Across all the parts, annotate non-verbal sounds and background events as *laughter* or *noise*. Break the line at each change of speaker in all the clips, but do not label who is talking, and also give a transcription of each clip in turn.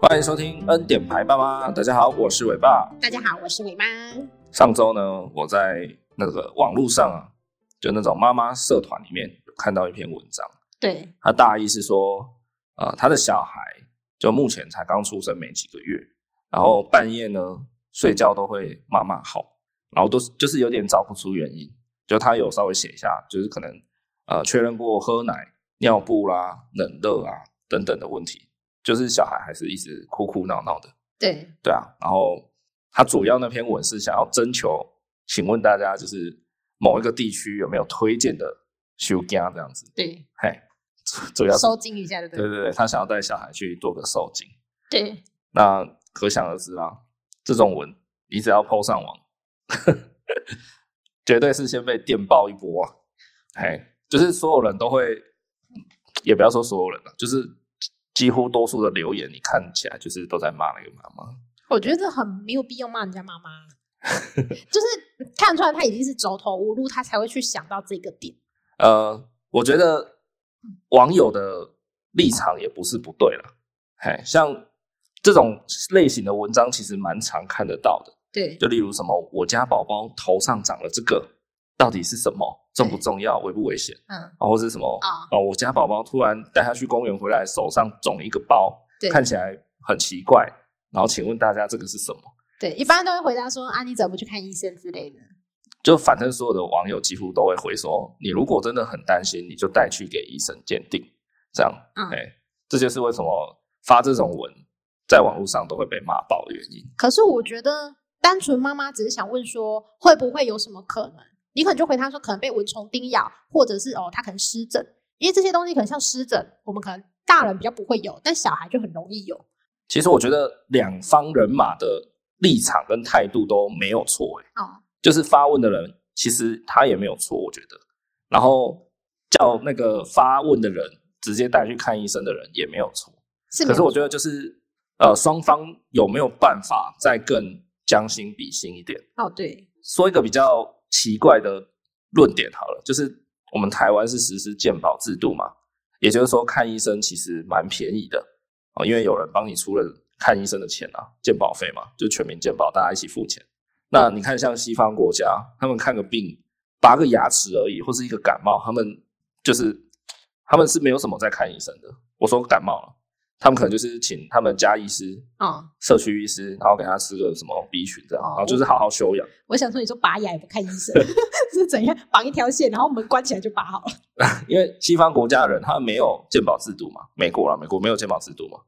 欢迎收听《恩典牌爸妈》，大家好，我是伟爸。
大家好，我是伟妈。
上周呢，我在那个网络上啊，就那种妈妈社团里面有看到一篇文章，
对，
他大意是说，呃，他的小孩就目前才刚出生没几个月，然后半夜呢睡觉都会骂骂号，然后都是就是有点找不出原因，就他有稍微写一下，就是可能呃确认过喝奶、尿布啦、冷热啊等等的问题，就是小孩还是一直哭哭闹闹的。
对，
对啊，然后他主要那篇文是想要征求，请问大家就是某一个地区有没有推荐的休假这样子？
对，
嘿，主主要是
收紧一下，对不
对
对？
对对，他想要带小孩去做个收紧，
对，
那可想而知啦，这种文你只要 PO 上网， *laughs* 绝对是先被电爆一波啊！嘿，就是所有人都会，也不要说所有人了、啊就是几乎多数的留言，你看起来就是都在骂那个妈妈。
我觉得很没有必要骂人家妈妈，就是看得出来他已经是走投无路，他才会去想到这个点。
呃，我觉得网友的立场也不是不对了，嘿，像这种类型的文章其实蛮常看得到的，
对，
就例如什么我家宝宝头上长了这个，到底是什么，重不重要，危不危险，
嗯，
啊或是什么
啊
哦，我家宝宝突然带他去公园回来，手上肿一个包，
对，
看起来很奇怪，然后请问大家这个是什么？
对，一般都会回答说啊，你怎么不去看医生之类的？
就反正所有的网友几乎都会回说，你如果真的很担心，你就带去给医生鉴定，这样，哎、
嗯
这就是为什么发这种文在网络上都会被骂爆的原因。
可是我觉得，单纯妈妈只是想问说，会不会有什么可能？你可能就回他说，可能被蚊虫叮咬，或者是哦，他可能湿疹，因为这些东西可能像湿疹，我们可能大人比较不会有，但小孩就很容易有。
其实我觉得两方人马的立场跟态度都没有错、哎，
哦，
就是发问的人其实他也没有错，我觉得，然后叫那个发问的人直接带去看医生的人也没有错，
是没
可
有
是我觉得就是呃，双方有没有办法再更将心比心一点？
哦，对，
说一个比较奇怪的论点好了，就是我们台湾是实施健保制度嘛，也就是说看医生其实蛮便宜的哦，因为有人帮你出了看医生的钱啊，健保费嘛，就全民健保，大家一起付钱。那你看像西方国家，他们看个病拔个牙齿而已，或是一个感冒，他们就是他们是没有什么在看医生的。我说感冒了，他们可能就是请他们家医师、
哦，
社区医师，然后给他吃个什么 B 群这样，
哦
然后就是好好休养。
我想说，你说拔牙也不看医
*laughs*
生是怎样？绑一条线，然后门关起来就拔好了。
因为西方国家的人他们没有健保制度嘛，美国啦，美国没有健保制度嘛，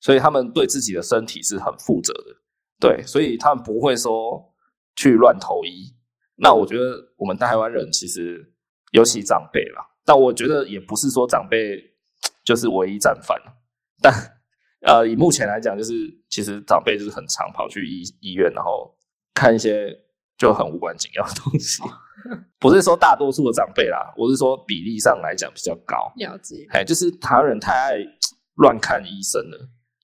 所以他们对自己的身体是很负责的，对，所以他们不会说去乱投医。那我觉得我们台湾人其实，尤其长辈啦，但我觉得也不是说长辈就是唯一战犯，但呃，以目前来讲，就是其实长辈就是很常跑去医医院，然后看一些就很无关紧要的东西。 *laughs* 不是说大多数的长辈啦，我是说比例上来讲比较高。
了解，
哎，就是台湾人太爱乱看医生了，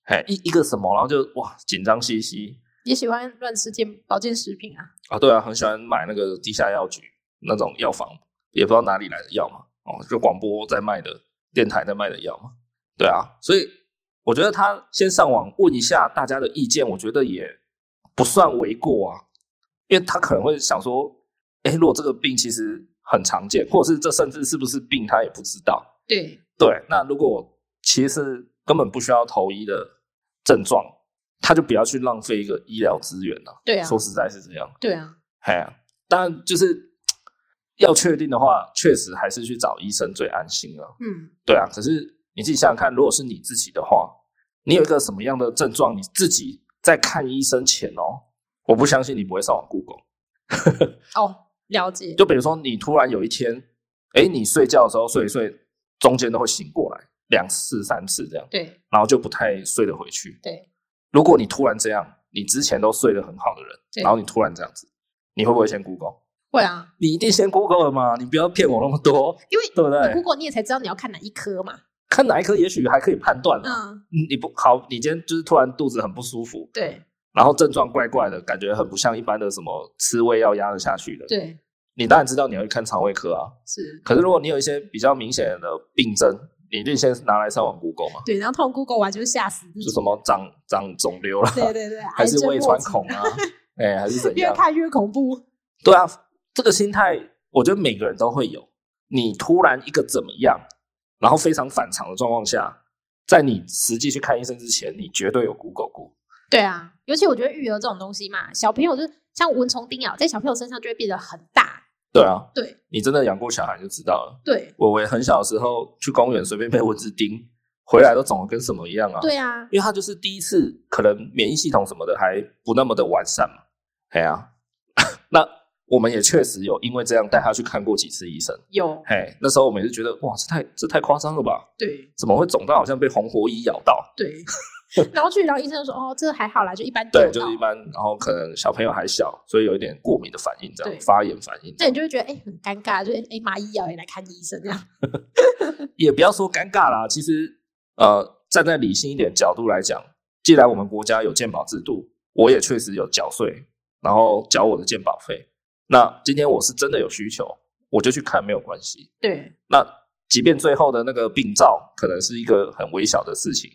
哎，一一个什么，然后就哇紧张兮兮
也喜欢乱吃健保健食品啊？
啊，对啊，很喜欢买那个地下药局那种药房，也不知道哪里来的药嘛，哦，就广播在卖的，电台在卖的药嘛，对啊，所以我觉得他先上网问一下大家的意见，我觉得也不算为过啊，因为他可能会想说，哎，如果这个病其实很常见，或者是这甚至是不是病他也不知道，
对，
对，那如果其实根本不需要投医的症状，他就不要去浪费一个医疗资源了。
对啊
说实在是这样，
对啊，
哎呀、当然就是要确定的话，确实还是去找医生最安心了。
嗯，
对啊，可是你自己想想看，如果是你自己的话，你有一个什么样的症状，你自己在看医生前哦，我不相信你不会上网 Google。
哦，了解，
就比如说你突然有一天，哎，你睡觉的时候睡一睡，中间都会醒过来两次、三次这样。
对
然后就不太睡得回去。
对
如果你突然这样，你之前都睡得很好的人，
对
然后你突然这样子，你会不会先 Google？
会啊，
你一定先 Google 了嘛？你不要骗我那么多，
因为
对不
你
对？
Google 你也才知道你要看哪一科嘛。
看哪一科也许还可以判断啊。
嗯，
嗯你不好，你今天就是突然肚子很不舒服，
对
然后症状怪怪的，感觉很不像一般的什么吃胃药压得下去的。
对
你当然知道你要去看肠胃科啊。
是，
可是如果你有一些比较明显的病症，你一定先拿来上网 Google 嘛，
对，然后痛 Google 完就吓死自
就
己。
什么长长肿瘤了，
嗯对对对，癌
还是
症
胃
末
穿
期
孔啊，哎，还是怎
越
样？
看越恐怖。
对啊，这个心态，我觉得每个人都会有。你突然一个怎么样，然后非常反常的状况下，在你实际去看医生之前，你绝对有 Google 过。
对啊，尤其我觉得育儿这种东西嘛，小朋友就像蚊虫叮咬，在小朋友身上就会变得很大。
对啊，
对
你真的养过小孩就知道了。
对
我也很小的时候去公园随便被蚊子叮，回来都肿得跟什么一样啊。，
对啊，
因为他就是第一次，可能免疫系统什么的还不那么的完善嘛。哎呀、 *laughs* 那我们也确实有因为这样带他去看过几次医生。
有
嘿，那时候我们也是觉得，哇，这太这太夸张了吧？
对
怎么会肿到好像被红火蚁咬到？
*laughs* 对，然后去然后医生就说哦，这还好啦，就一般
对，
丢
就
到
是一般，然后可能小朋友还小，所以有一点过敏的反应，这
对
样发炎反应，
这你就会觉得哎、很尴尬，就是哎蚂蚁咬也来看医生这样。
也不要说尴尬啦。其实，呃，站在理性一点角度来讲，既然我们国家有健保制度，我也确实有缴税，然后缴我的健保费。那今天我是真的有需求，我就去看没有关系。
对
那即便最后的那个病灶可能是一个很微小的事情，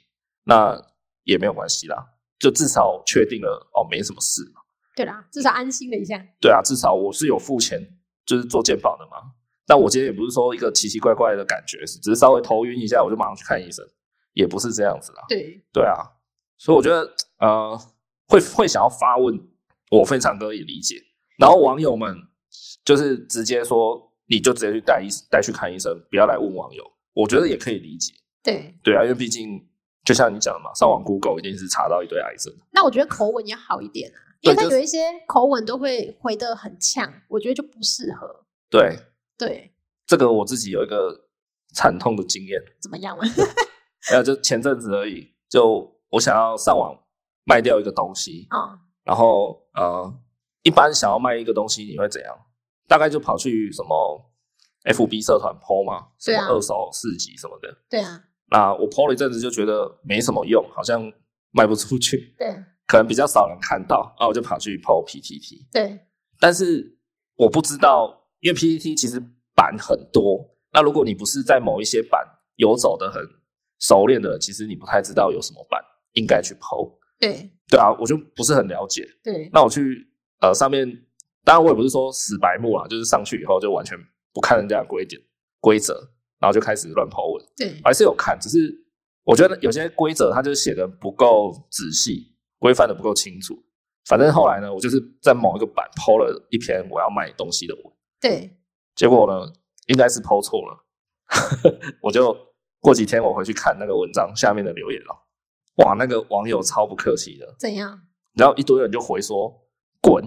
那也没有关系啦，就至少确定了哦，没什么事嘛。
*laughs* 对啦，至少安心了一下。
对啊，至少我是有付钱，就是做健保的嘛。但我今天也不是说一个奇奇怪怪的感觉，只是稍微头晕一下我就马上去看医生，也不是这样子啦。
对
对啊，所以我觉得呃，会会想要发问，我非常可以理解。然后网友们就是直接说，你就直接去带医带去看医生，不要来问网友，我觉得也可以理解。
对，
对啊，因为毕竟就像你讲的嘛，上网 Google 一定是查到一堆癌症。
那我觉得口吻也好一点啊，因
对
为他
就是
有一些口吻都会回的很呛，我觉得就不适合。
对，
对，
这个我自己有一个惨痛的经验，
怎么样嘛？ *laughs*
还有就前阵子而已，就我想要上网卖掉一个东西，
哦，
然后呃，一般想要卖一个东西，你会怎样？大概就跑去什么 FB 社团 PO 嘛，什
对
么
啊
二手市集什么的。
对啊，
那我 PO 了一阵子，就觉得没什么用，好像卖不出去，
对
可能比较少人看到，啊，我就跑去 PO PTT。
对
但是我不知道，因为 PPT 其实版很多，那如果你不是在某一些版游走的很熟练的人，其实你不太知道有什么版应该去 PO。
对
对啊，我就不是很了解。
对
那我去呃上面，当然我也不是说死白目啊，就是上去以后就完全不看人家的规定规则，然后就开始乱抛文，
对
还是有看，只是我觉得有些规则它就是写的不够仔细，规范的不够清楚。反正后来呢，我就是在某一个版抛了一篇我要卖东西的文，
对，
结果呢应该是抛错了， *laughs* 我就过几天我回去看那个文章下面的留言了，哇，那个网友超不客气的，
怎样？
然后一堆人就回说滚，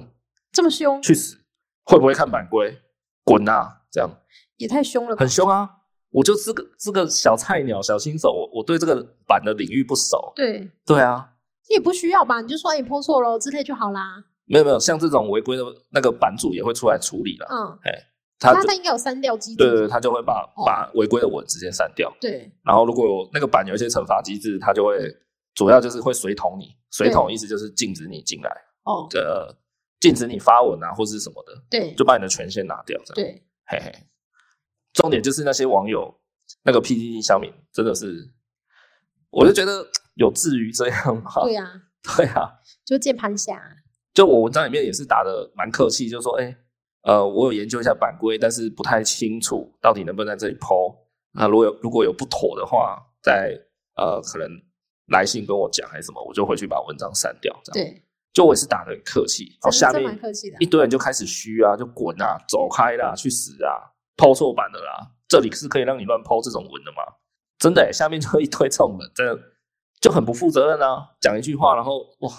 这么凶，
去死！会不会看版规？滚啊！这样
也太凶了吧
很？凶啊！我就这个这个小菜鸟、小新手，我我对这个版的领域不熟。
对，
对啊，
也不需要吧，你就说你 PO 错了之类就好啦。
没有没有，像这种违规的那个版主也会出来处理了。
嗯，
他
那
就
他应该有删掉机
对对对，
制。
他就会把
哦
把违规的文直接删掉。
对
然后如果有那个版有一些惩罚机制，他就会主要就是会随同你，随同意思就是禁止你进来，
哦，
呃，禁止你发文啊或是什么的，
对
就把你的权限拿掉。这样。
对
嘿嘿，重点就是那些网友那个 PDD 小民真的是，我就觉得有至于这样吗？
对啊，
*laughs* 对啊，
就键盘侠。
就我文章里面也是打的蛮客气，就说哎、呃，我有研究一下版规，但是不太清楚到底能不能在这里剖。那如果有如果有不妥的话，再呃可能来信跟我讲还是什么，我就回去把文章删掉。这样，
对，
就我也是打的很客气。好，
真的
下
真蛮
面
客气的啊
一。堆人就开始虚啊，就滚啊，走开啦，去死啊，抛错版的啦，这里是可以让你乱抛这种文的吗？真的、欸，下面就一堆这种人，真的就很不负责任啊，讲一句话，然后哇，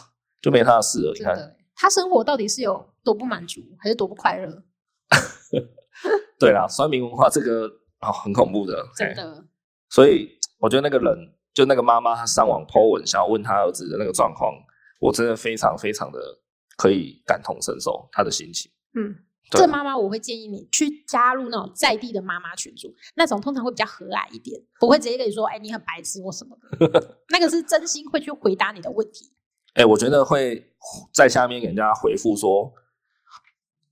就没他的事了。你
真
看，
的，他生活到底是有多不满足，还是多不快乐？
对啦，酸民文化这个啊、很恐怖的，
真
欸
的，
所以我觉得那个人，就那个妈妈，她上网抛文，想要问她儿子的那个状况，我真的非常非常的可以感同身受她的心情。
嗯。
对
这妈妈，我会建议你去加入那种在地的妈妈群组，那种通常会比较和蔼一点，不会直接跟你说“哎，你很白痴”或什么的。
*laughs*
那个是真心会去回答你的问题。
哎、我觉得会在下面给人家回复说，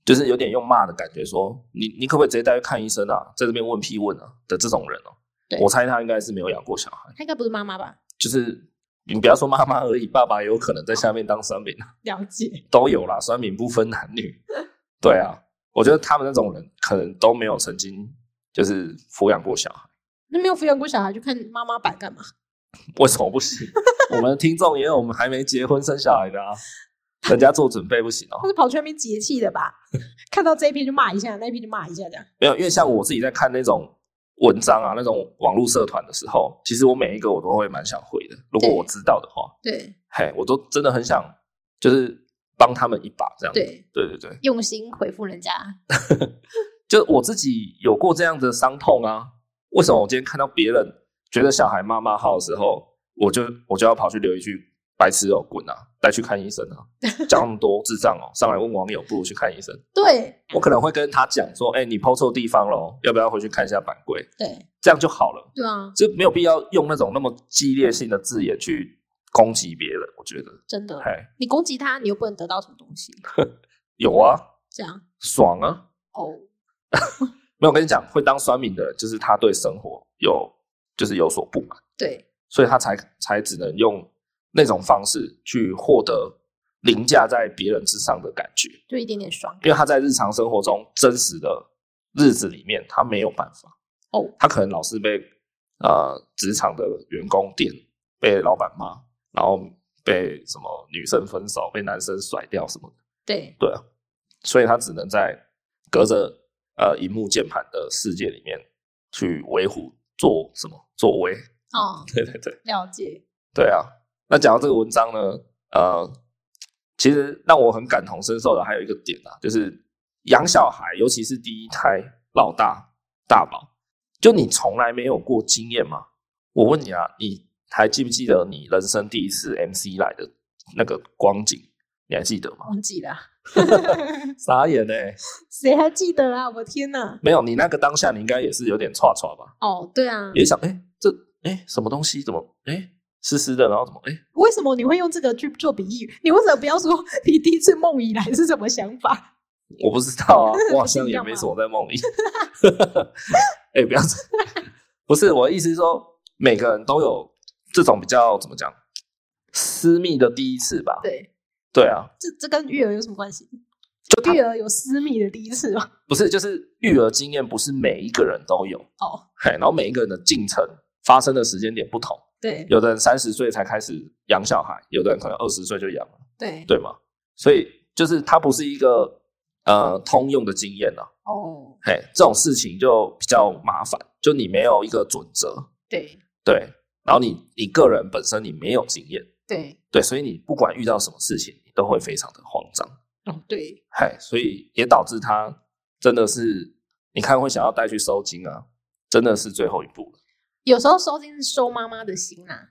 就是有点用骂的感觉说，你你可不可以直接带去看医生啊，在这边问屁问啊的这种人哦、
对
我猜他应该是没有养过小孩，
他应该不是妈妈吧？
就是你不要说妈妈而已，爸爸也有可能在下面当酸民啊，
了解，
都有啦，酸民不分男女。对啊，我觉得他们那种人可能都没有曾经就是抚养过小孩，
那没有抚养过小孩就看妈妈版干嘛？
为什么不行？我们的听众也有我们还没结婚生小孩的啊，人家做准备不行哦
他。是跑去那边节气的吧？ *laughs* 看到这一篇就骂一下，那一篇就骂一下，这样
没有，因为像我自己在看那种文章啊，那种网络社团的时候，其实我每一个我都会蛮想回的。如果我知道的话，
对
嘿，我都真的很想就是帮他们一把这样子。
对，
对对对，
用心回复人家，
就我自己有过这样的伤痛啊。为什么我今天看到别人觉得小孩骂骂号的时候，我就我就要跑去留一句“白痴哦，滚啊，带去看医生啊，讲那么多智障哦，上来问网友，不如去看医生。”
对
我可能会跟他讲说：“哎、你抛错地方喽，要不要回去看一下版规？
对
这样就好了。”
对啊，
就没有必要用那种那么激烈性的字眼去攻击别人。我觉得，
真的，
哎，
你攻击他，你又不能得到什么东西，
有啊，
这样
爽啊！
哦，
没有我跟你讲，会当酸民的人，就是他对生活有就是有所不满，
对
所以他才才只能用那种方式去获得凌驾在别人之上的感觉，
就一点点爽
因为他在日常生活中真实的日子里面，他没有办法。
哦，
他可能老是被呃职场的员工点，被老板骂，然后被什么女生分手，被男生甩掉什么的，
对
对啊，所以他只能在隔着呃荧幕键盘的世界里面去维护作什么作威， *laughs*
哦，
对对对
了解，
对啊。那讲到这个文章呢，呃，其实让我很感同身受的还有一个点啊，就是养小孩，尤其是第一胎老大大宝，就你从来没有过经验吗？我问你啊，你还记不记得你人生第一次 MC 来的那个光景？你还记得吗？
忘记了，
傻眼欸呢、
谁还记得啊？我天
*laughs*
哪！
没有，你那个当下你应该也是有点歘歘吧？
哦，对啊，
也想，哎、这哎、什么东西怎么哎、湿湿的，然后怎么哎、
为什么你会用这个去做比喻？你为什么不要说 *laughs* 你第一次梦以来是什么想法？
我不知道啊，我好
哦不
像
是一
也
样
没
吗
什么在梦里。哎、不要这，不是我的意思是说，每个人都有这种比较怎么讲私密的第一次吧？
对，
对啊，
这这跟育儿有什么关系？
就他
育儿有私密的第一次吗？
不是就是育儿经验，不是每一个人都有，
*laughs* 哦，
嘿，然后每一个人的进程发生的时间点不同，
对
有的人三十岁才开始养小孩，有的人可能二十岁就养了，
对
对吗？所以就是它不是一个呃通用的经验啊，
哦，
嘿，这种事情就比较麻烦，就你没有一个准则，
对
对，然后你你个人本身你没有经验，
对
对，所以你不管遇到什么事情，你都会非常的慌张，
哦对，
嘿，所以也导致他真的是，你看会想要带去收金啊，真的是最后一步了，
有时候收金是收妈妈的心啊。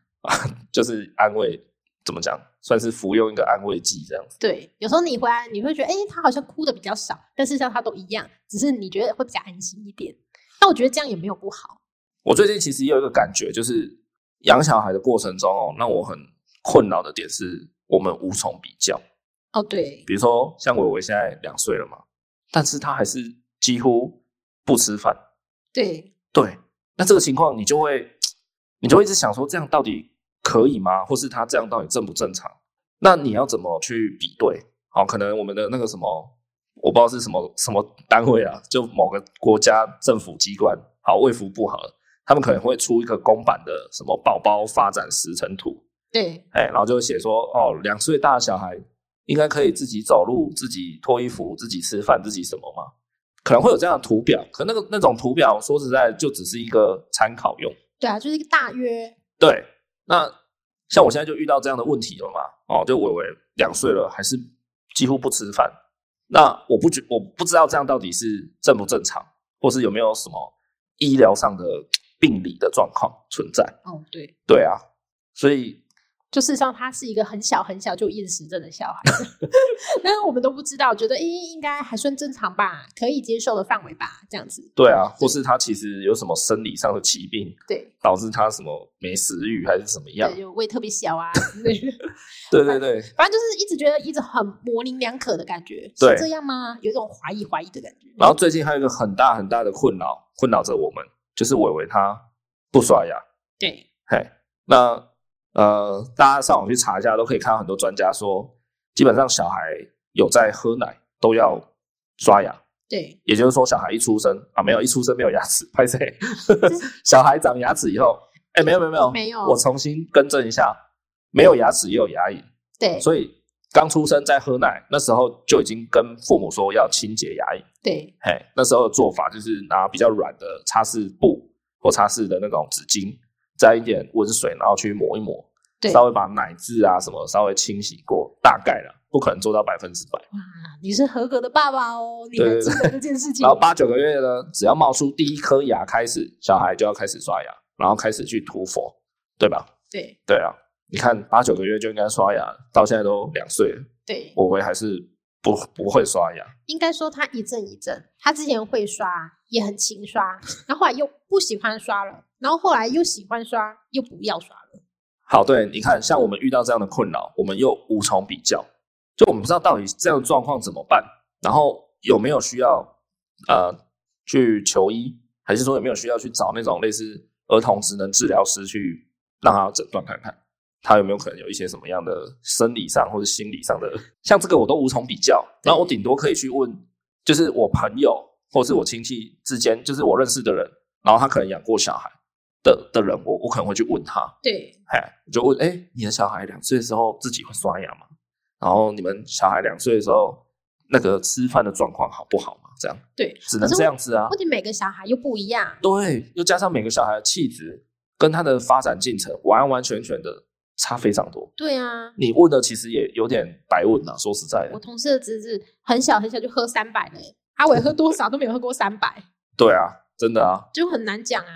就是安慰，怎么讲，算是服用一个安慰剂这样子，
对，有时候你回来你会觉得，哎、他好像哭的比较少，但事实上他都一样，只是你觉得会比较安心一点。但我觉得这样也没有不好。
我最近其实也有一个感觉，就是养小孩的过程中哦，让我很困扰的点是我们无从比较。
哦，对
比如说像伟伟现在两岁了嘛，但是他还是几乎不吃饭。
对
对，那这个情况你就会，你就会一直想说，这样到底可以吗？或是他这样到底正不正常？那你要怎么去比对？好，可能我们的那个什么，我不知道是什么什么单位啊，就某个国家政府机关，好，卫福部好了，他们可能会出一个公版的什么宝宝发展时程图，
对
哎，然后就会写说，哦，两岁大的小孩应该可以自己走路、自己脱衣服、自己吃饭、自己什么吗？可能会有这样的图表，可那个那种图表说实在就只是一个参考用。
对啊，就是一个大约
对，那像我现在就遇到这样的问题了嘛，哦，就伟伟两岁了，还是几乎不吃饭。那我不觉我不知道这样到底是正不正常，或是有没有什么医疗上的病理的状况存在？
哦，对，
对啊，所以
就事实上他是一个很小很小就有厌食症的小孩， *laughs* 但是我们都不知道，觉得诶、应该还算正常吧，可以接受的范围吧，这样子。
对啊，或是他其实有什么生理上的疾病，
对，
导致他什么没食欲还是什么样
对，？就胃特别小啊之类的，
对对对，
*laughs* 反正就是一直觉得一直很模棱两可的感觉，是
对
这样吗？有一种怀疑怀疑的感觉。
然后最近还有一个很大很大的困扰，困扰着我们，就是伟伟他不刷牙。
对，
嘿，那呃，大家上网去查一下，都可以看到很多专家说，基本上小孩有在喝奶都要刷牙，
对，
也就是说，小孩一出生啊，没有一出生没有牙齿，拍 *laughs* 谁？小孩长牙齿以后，哎、没有没有没有
没有
我重新更正一下，没有牙齿也有牙龈，
对，
所以刚出生在喝奶那时候就已经跟父母说要清洁牙龈。
对，
嘿，那时候的做法就是拿比较软的擦拭布或擦拭的那种纸巾，沾一点温水，然后去抹一抹，
对
稍微把奶渍啊什么稍微清洗过，大概啦，不可能做到百分之百。
啊你是合格的爸爸哦，你
对
很
对
记得这件事情
然，后八九个月呢，只要冒出第一颗牙开始，小孩就要开始刷牙，然后开始去涂氟，对吧？
对
对啊，你看八九个月就应该刷牙，到现在都两岁了，
对，
我们还是不不会刷牙。
应该说他一阵一阵，他之前会刷，也很勤刷，然后后来又不喜欢刷了，然后后来又喜欢刷，又不要刷了，
好，对，你看，像我们遇到这样的困扰，我们又无从比较，就我们不知道到底这样的状况怎么办，然后有没有需要呃去求医，还是说有没有需要去找那种类似儿童职能治疗师去让他诊断看看，他有没有可能有一些什么样的生理上或者心理上的，像这个我都无从比较，然后我顶多可以去问，就是我朋友或是我亲戚之间，就是我认识的人，然后他可能养过小孩的的人，我我可能会去问他。
对
哎，我就问，哎，你的小孩两岁的时候自己会刷牙吗？然后你们小孩两岁的时候，那个吃饭的状况好不好嘛？这样
对，
只能
可是
这样子啊
问。题每个小孩又不一样，
对，又加上每个小孩的气质跟他的发展进程，完完全全的差非常多。
对啊，
你问的其实也有点白问了、说实在
我
的，
同事的侄子很小很小就喝三百了欸，阿伟喝多少都没有喝过三百，
对啊，真的啊。
就很难讲啊。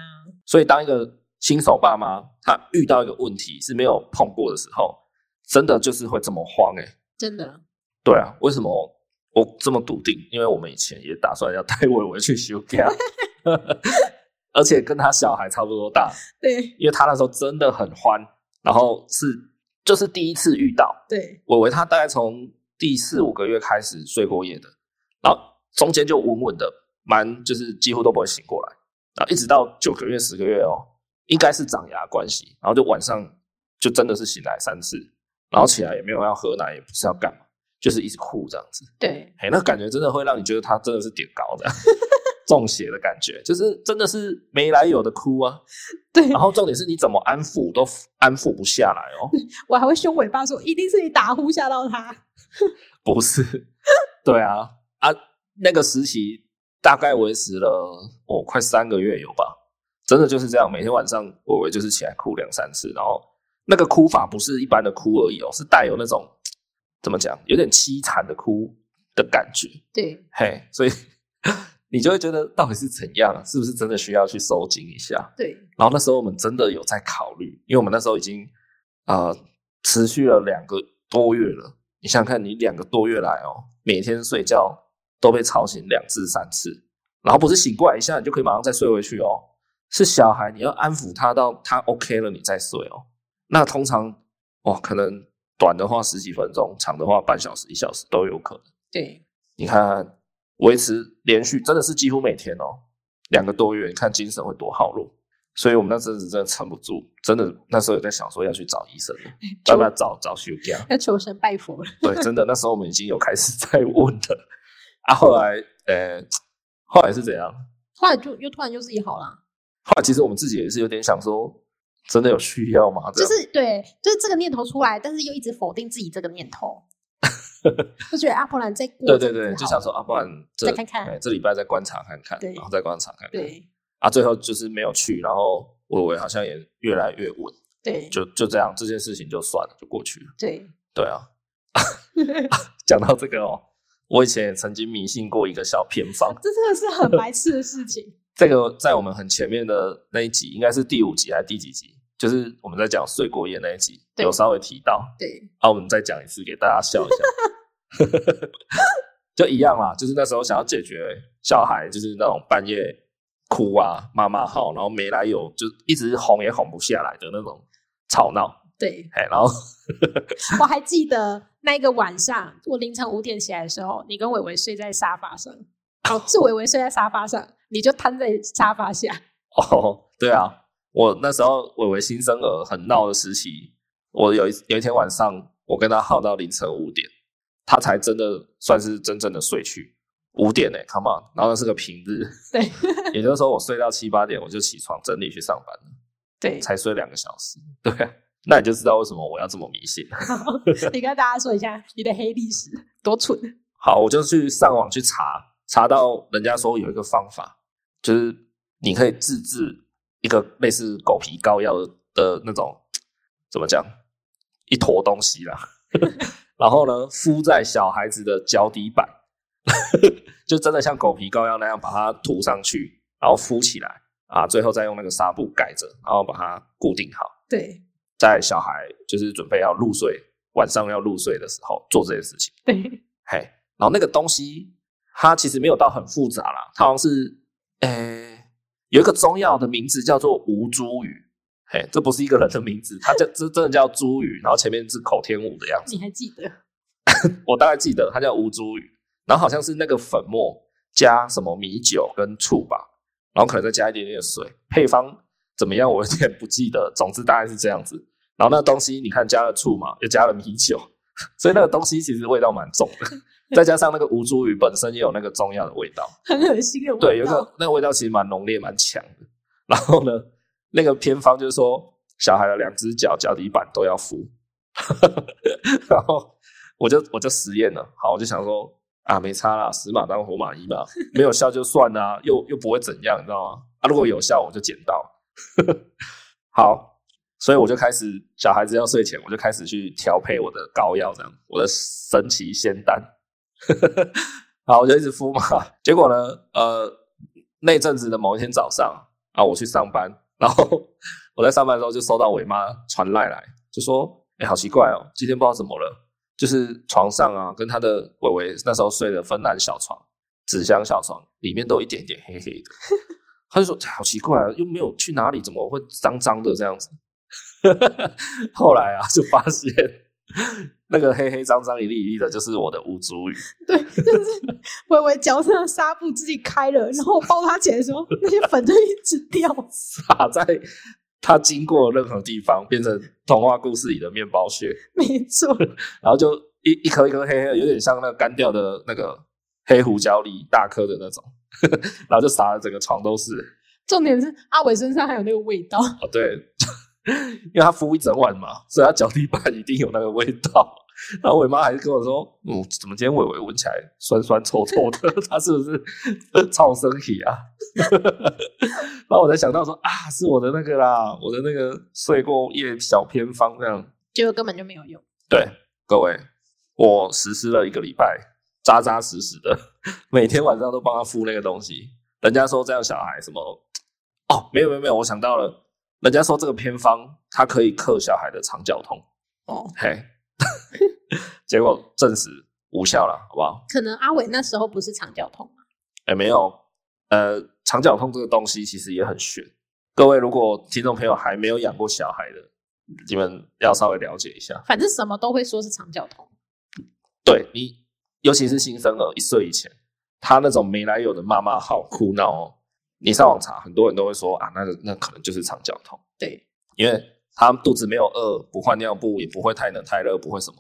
所以当一个新手爸妈他遇到一个问题是没有碰过的时候，真的就是会这么慌哎、
真的，
对啊，为什么我这么笃定？因为我们以前也打算要带伟伟去休假， *laughs* 而且跟他小孩差不多大，
对
因为他那时候真的很欢，然后是就是第一次遇到
对
伟伟，他大概从第四五个月开始睡过夜的，然后中间就稳稳的，蛮就是几乎都不会醒过来，然后一直到九个月、十个月哦，应该是长牙关系，然后就晚上就真的是醒来三次，然后起来也没有要喝奶，也不是要干嘛，就是一直哭这样子。
对
哎，那感觉真的会让你觉得他真的是点高的， *laughs* 中邪的感觉，就是真的是没来由的哭啊。
对
然，后重点是你怎么安抚都安抚不下来哦，
我还会凶尾巴说一定是你打呼吓到他。
*laughs* 不是？对啊，啊，那个时期大概维持了哦快三个月有吧，真的就是这样，每天晚上我我就是起来哭两三次，然后那个哭法不是一般的哭而已哦，是带有那种怎么讲，有点凄惨的哭的感觉。
对
嘿，所以 *laughs* 你就会觉得到底是怎样啊？是不是真的需要去收紧一下？
对
然后那时候我们真的有在考虑，因为我们那时候已经呃持续了两个多月了。你想想看，你两个多月来哦，每天睡觉都被吵醒两至三次，然后不是醒过来一下你就可以马上再睡回去哦，是小孩你要安抚他到他 OK 了你再睡哦。那通常哇，可能短的话十几分钟，长的话半小时一小时都有可能。
对
你看维持连续真的是几乎每天哦，两个多月，你看精神会多耗弱。所以我们那阵子真的撑不住，真的那时候有在想说要去找医生
哎
了，要不要找找休假？
要求神拜佛了。
对，真的那时候我们已经有开始在问了啊。后来呃，后来是怎样？
后来就又突然就自己好了，
后来其实我们自己也是有点想说，真的有需要吗？这
就
样
是对，就是这个念头出来，但是又一直否定自己这个
*laughs*
念头，就觉得啊，不然再过
对
一
对
阵子
对，就
好
想
了
说啊，不然这
再看看
哎这礼拜再观察看看，
对
然后再观察看看。
对
啊，最后就是没有去，然后我伟好像也越来越稳。
对
就就这样，这件事情就算了，就过去了。
对， *laughs*
对啊，讲到这个哦，我以前也曾经迷信过一个小偏方，
这真的是很白痴的
*laughs*
事情。
这个在我们很前面的那一集，应该是第五集还是第几集？就是我们在讲睡过夜那一集，
对
有稍微提到。
对
啊，我们再讲一次给大家笑一下， *laughs* 就一样啦，就是那时候想要解决小孩就是那种半夜哭啊、妈妈号，然后没来由就一直哄也哄不下来的那种吵闹，
对，
哎，然后
我还记得那一个晚上，我凌晨五点起来的时候，你跟伟伟睡在沙发上，哦，是伟伟睡在沙发上，你就瘫在沙发下，
哦，对啊，我那时候伟伟新生儿很闹的时期，我有一有一天晚上，我跟他耗到凌晨五点，他才真的算是真正的睡去。五点呢、欸、，Come on，然后那是个平日，
对
也就是说我睡到七八点我就起床整理去上班了， *laughs*
对，
才睡两个小时，对啊、那你就知道为什么我要这么迷信。啊
你跟大家说一下你的黑历史，多蠢！
好，我就去上网去查，查到人家说有一个方法，就是你可以自制一个类似狗皮膏药的那种，怎么讲，一坨东西啦， *laughs* 然后呢敷在小孩子的脚底板， *laughs* 就真的像狗皮膏药那样把它涂上去，然后敷起来啊，最后再用那个纱布盖着，然后把它固定好。
对
在小孩就是准备要入睡，晚上要入睡的时候做这件事情。
对，
嘿，然后那个东西它其实没有到很复杂啦，它好像是诶、有一个中药的名字叫做吴茱萸，嘿，这不是一个人的名字，它叫这真的叫茱萸，然后前面是口天吴的样子，
你还记得？
我大概记得它叫吴茱萸，然后好像是那个粉末加什么米酒跟醋吧，然后可能再加一点点水，配方怎么样我有点不记得，总之大概是这样子。然后那东西你看加了醋嘛，又加了米酒，所以那个东西其实味道蛮重的，再加上那个吴茱萸本身也有那个中药的味道，
很恶心的味道。
对，有一个那个味道其实蛮浓烈、蛮强的。然后呢，那个偏方就是说，小孩的两只脚脚底板都要敷。 *laughs* 然后我就我就实验了，好，我就想说啊，没差啦，死马当活马医嘛，没有效就算啦、又又不会怎样，你知道吗？啊，如果有效我就捡到。 *laughs* 好，所以我就开始小孩子要睡前，我就开始去调配我的膏药，这样我的神奇仙丹。 *laughs* 好，我就一直敷嘛。结果呢，呃，那阵子的某一天早上啊，我去上班，然后我在上班的时候就收到伟妈传赖来，就说：“哎、好奇怪哦，今天不知道怎么了，就是床上啊，跟她的伟伟那时候睡的芬兰小床、纸箱小床里面都一点点黑黑的。”他就说：“好奇怪啊，又没有去哪里，怎么会脏脏的这样子？” *laughs* 后来啊，就发现 *laughs* 那个黑黑脏脏一粒一粒的，就是我的无足语。
对，就是微微脚上的纱布自己开了，然后我抱他起来的时候，那些粉就一直掉。
撒 *laughs* 在它经过任何地方，变成童话故事里的面包屑，
没错，
然后就一一颗一颗黑黑的，有点像那个干掉的那个黑胡椒粒，大颗的那种， *laughs* 然后就撒的整个床都是。
重点是阿伟身上还有那个味道。
哦，对， *laughs* 因为他敷一整晚嘛，所以他脚底板一定有那个味道。 *laughs* 然后伟妈还是跟我说：“嗯，怎么今天伟伟闻起来酸酸臭臭的？ *laughs* 他是不是超身体啊？” *laughs* 然后我才想到说：“啊，是我的那个啦，我的那个睡过夜小偏方这样。
结果根本就没有用。”
对，各位，我实施了一个礼拜，扎扎实实的，每天晚上都帮他敷那个东西。人家说这样小孩什么？哦，没有没有没有，我想到了，人家说这个偏方它可以克小孩的肠绞痛。
哦，
嘿， *laughs* 结果证实无效了，好不好？
可能阿伟那时候不是肠绞痛嘛
哎，没有，呃，肠绞痛这个东西其实也很玄。各位如果听众朋友还没有养过小孩的，你们要稍微了解一下。
反正什么都会说是肠绞痛。
对你，尤其是新生儿一岁以前，他那种没来由的骂骂好哭闹哦，你上网查，很多人都会说啊，那个那可能就是肠绞痛。
对，
因为他肚子没有饿，不换尿布，也不会太冷太热，不会什么，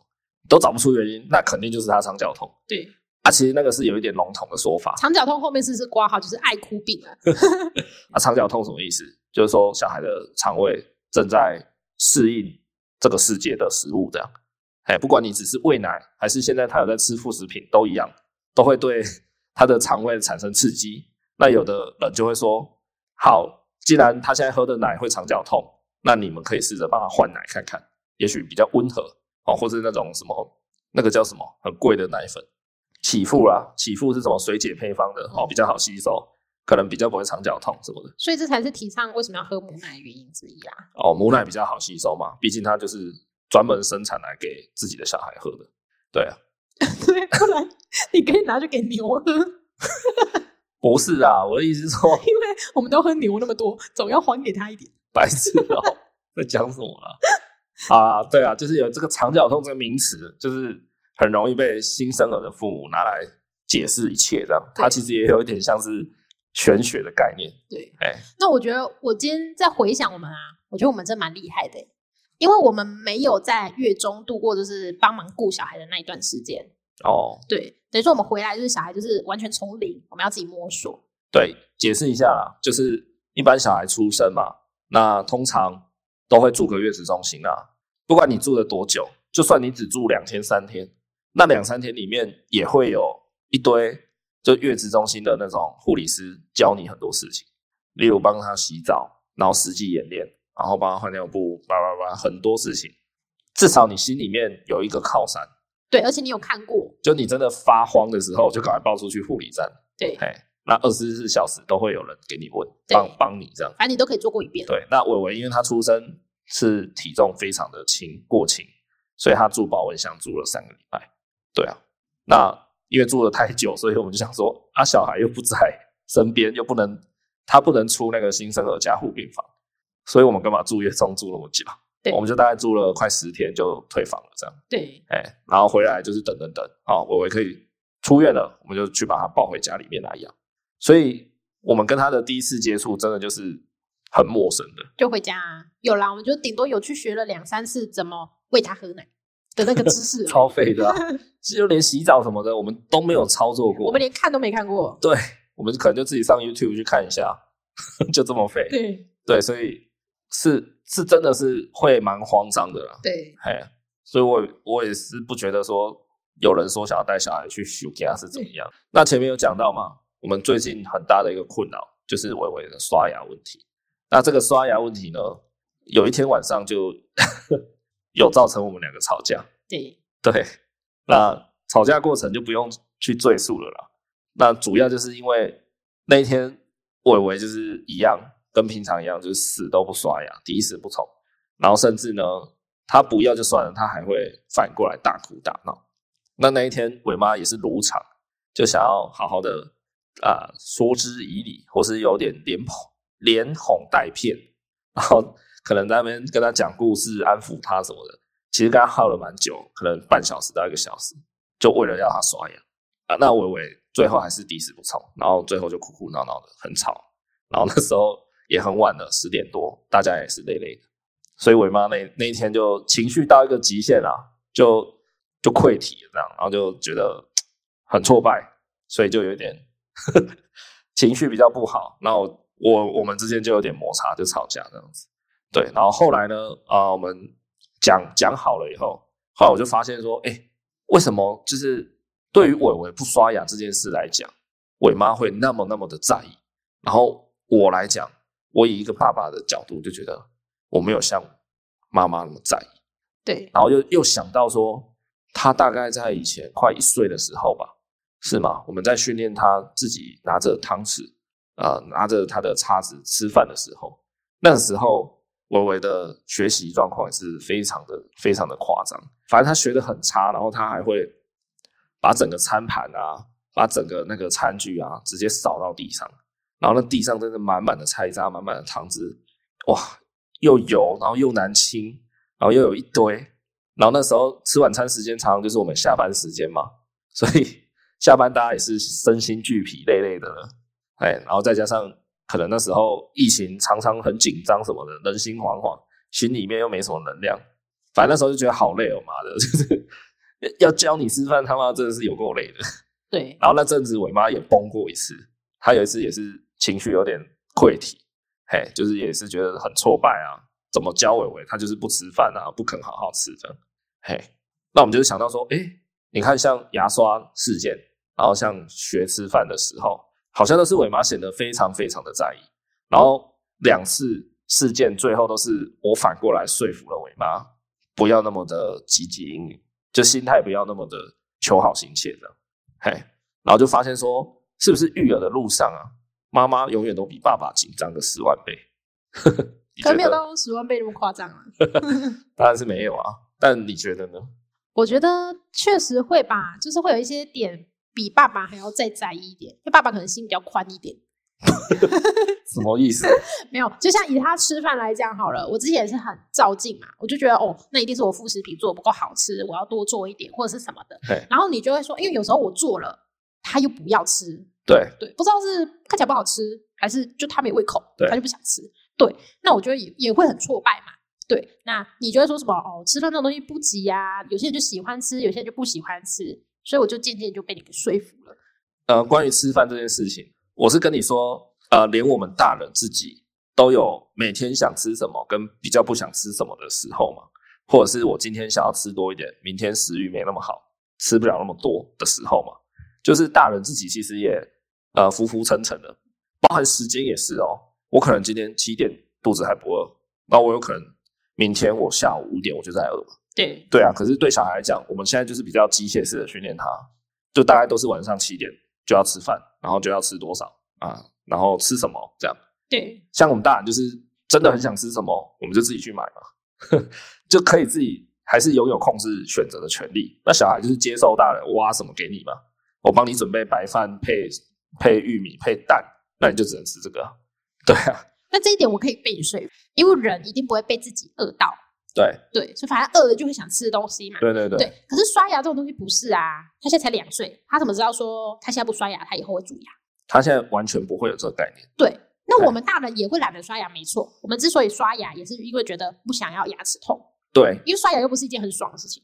都找不出原因，那肯定就是他肠绞痛
对，
啊。其实那个是有一点笼统的说法
肠绞痛后面是不是挂号就是爱哭病啊？
啊。肠绞痛什么意思？就是说小孩的肠胃正在适应这个世界的食物，这样。哎，不管你只是喂奶，还是现在他有在吃副食品，都一样，都会对他的肠胃产生刺激。那有的人就会说，好，既然他现在喝的奶会肠绞痛，那你们可以试着帮他换奶看看，也许比较温和哦，或是那种什么那个叫什么很贵的奶粉，起腹啦，起腹是什么水解配方的哦，比较好吸收，可能比较不会肠绞痛什么的
所以这才是提倡为什么要喝母奶的原因之一啊。
哦，母奶比较好吸收嘛，毕竟它就是专门生产来给自己的小孩喝的，对啊，
对，不然你可以拿去给牛喝，
不是啊，我的意思是说
因为我们都喝牛那么多，总要还给他一点。
白痴哦、 *laughs* 在讲什么啊？啊，对啊，就是有这个肠绞痛这个名词，就是很容易被新生儿的父母拿来解释一切这样。它
对
其实也有一点像是玄学的概念。
对，
哎
那我觉得我今天在回想我们啊，我觉得我们真蛮厉害的欸，因为我们没有在月中度过就是帮忙顾小孩的那一段时间。
哦，
对，等于说我们回来就是小孩就是完全从零，我们要自己摸索。
对，解释一下啦，就是一般小孩出生嘛，那通常都会住个月子中心啊，不管你住了多久，就算你只住两天三天，那两三天里面也会有一堆就月子中心的那种护理师教你很多事情，例如帮他洗澡，然后实际演练，然后帮他换尿布，叭叭叭，很多事情，至少你心里面有一个靠山，
对，而且你有看过，
就你真的发慌的时候，就赶快报出去护理站。
对，
哎，那二十四小时都会有人给你问，
对
帮帮你这样。
反正你都可以做过一遍。
对，那伟伟因为他出生是体重非常的轻，过轻，所以他住保温箱住了三个礼拜。对啊，那因为住了太久，所以我们就想说，啊，小孩又不在身边，又不能他不能出那个新生儿加护病房，所以我们干嘛住月中住那么久？
对
我们就大概住了快十天就退房了这样。
对，
哎、然后回来就是等等等，啊、伟伟可以出院了，我们就去把他抱回家里面来养。所以我们跟他的第一次接触，真的就是很陌生的。
就回家啊有啦，我们就顶多有去学了两三次怎么喂他喝奶的那个知识而已，
超废
*laughs*
的啊、就连洗澡什么的，我们都没有操作过。
我们连看都没看过。
对，我们可能就自己上 YouTube 去看一下， *laughs* 就这么废。
对
对，所以是是真的是会蛮慌张的啦。
对，
哎，所以我也我也是不觉得说有人说想要带小孩去休假是怎么样。那前面有讲到嘛，我们最近很大的一个困扰就是伟伟的刷牙问题。那这个刷牙问题呢，有一天晚上就 *laughs* 有造成我们两个吵架。
对
对，那吵架过程就不用去赘述了啦。那主要就是因为那一天伟伟就是一样，跟平常一样，就是死都不刷牙，滴死不冲，然后甚至呢，他不要就算了，他还会反过来大哭大闹。那那一天伟妈也是如常，就想要好好的啊、说之以理，或是有点连哄连哄带骗， *laughs* 然后可能在那边跟他讲故事，安抚他什么的。其实跟他耗了蛮久，可能半小时到一个小时，就为了要他刷牙啊。那伟伟最后还是抵死不从，然后最后就哭哭闹闹的，很吵。然后那时候也很晚了，十点多，大家也是累累的，所以伟妈那那一天就情绪到一个极限啊，就就溃体了这样，然后就觉得很挫败，所以就有点 *laughs* 情绪比较不好。然后我我们之间就有点摩擦，就吵架这样子。对，然后后来呢，啊、我们讲讲好了以后，后来我就发现说，哎，为什么就是对于伟伟不刷牙这件事来讲，伟妈会那么那么的在意，然后我来讲，我以一个爸爸的角度就觉得我没有像妈妈那么在意。
对
然后又又想到说，他大概在以前快一岁的时候吧，是吗？我们在训练他自己拿着汤匙，呃，拿着他的叉子吃饭的时候，那时候维维的学习状况也是非常的非常的夸张，反正他学的很差，然后他还会把整个餐盘啊，把整个那个餐具啊，直接扫到地上，然后那地上真的满满的菜渣，满满的汤汁，哇，又油，然后又难清，然后又有一堆。然后那时候吃晚餐时间常常就是我们下班时间嘛，所以 *laughs* 下班大家也是身心俱疲、累累的了。哎，然后再加上可能那时候疫情常常很紧张什么的，人心惶惶，心里面又没什么能量，反正那时候就觉得好累哦，妈的， *laughs* 就是要教你吃饭，他妈真的是有够累的。
对
然后那阵子伟妈也崩过一次，她有一次也是情绪有点溃体，嘿，就是也是觉得很挫败啊，怎么教伟伟，她就是不吃饭啊，不肯好好吃这样，嘿，那我们就是想到说，诶，你看像牙刷事件，然后像学吃饭的时候，好像都是伟妈显得非常非常的在意，然后两次事件最后都是我反过来说服了伟妈，不要那么的积极英语，就心态不要那么的求好心切这样，嘿。然后就发现说，是不是育儿的路上啊，妈妈永远都比爸爸紧张个十万倍？ *laughs* 你觉
可能没有
得？
到十万倍那么夸张啊。
当然是没有啊，但你觉得
*laughs*
呢？
我觉得确实会吧，就是会有一些点比爸爸还要再在意一点，因为爸爸可能心比较宽一点。
什么意思？
没有，就像以他吃饭来讲好了，我之前也是很照镜嘛，我就觉得哦，那一定是我副食品做得不够好吃，我要多做一点或者是什么的
嘿。
然后你就会说，因为有时候我做了，他又不要吃，
对，
对，不知道是看起来不好吃，还是就他没胃口，
对
他就不想吃。对，那我觉得也也会很挫败嘛。对，那你觉得说什么哦？吃饭这种东西不急呀、有些人就喜欢吃，有些人就不喜欢吃，所以我就渐渐就被你给说服了。
呃，关于吃饭这件事情，我是跟你说，呃，连我们大人自己都有每天想吃什么跟比较不想吃什么的时候嘛，或者是我今天想要吃多一点，明天食欲没那么好，吃不了那么多的时候嘛，就是大人自己其实也呃浮浮沉沉的，包含时间也是哦。我可能今天七点肚子还不饿，那我有可能明天我下午五点我就在饿了。
对，
对啊，可是对小孩来讲，我们现在就是比较机械式的训练他，就大概都是晚上七点就要吃饭，然后就要吃多少啊，然后吃什么这样。
对，
像我们大人就是真的很想吃什么，我们就自己去买嘛， *laughs* 就可以自己还是拥有控制选择的权利。那小孩就是接受大人挖什么给你嘛，我帮你准备白饭配配玉米配蛋，那你就只能吃这个啊。 *laughs* 对啊，
那这一点我可以被你说服，因为人一定不会被自己饿到，
对
对，所以反正饿了就会想吃的东西嘛。
对对对，
对，可是刷牙这种东西不是啊，他现在才两岁，他怎么知道说他现在不刷牙，他以后会蛀牙？
他现在完全不会有这个概念。
对，那
对
我们大人也会懒得刷牙，没错。我们之所以刷牙，也是因为觉得不想要牙齿痛，
对，
因为刷牙又不是一件很爽的事情。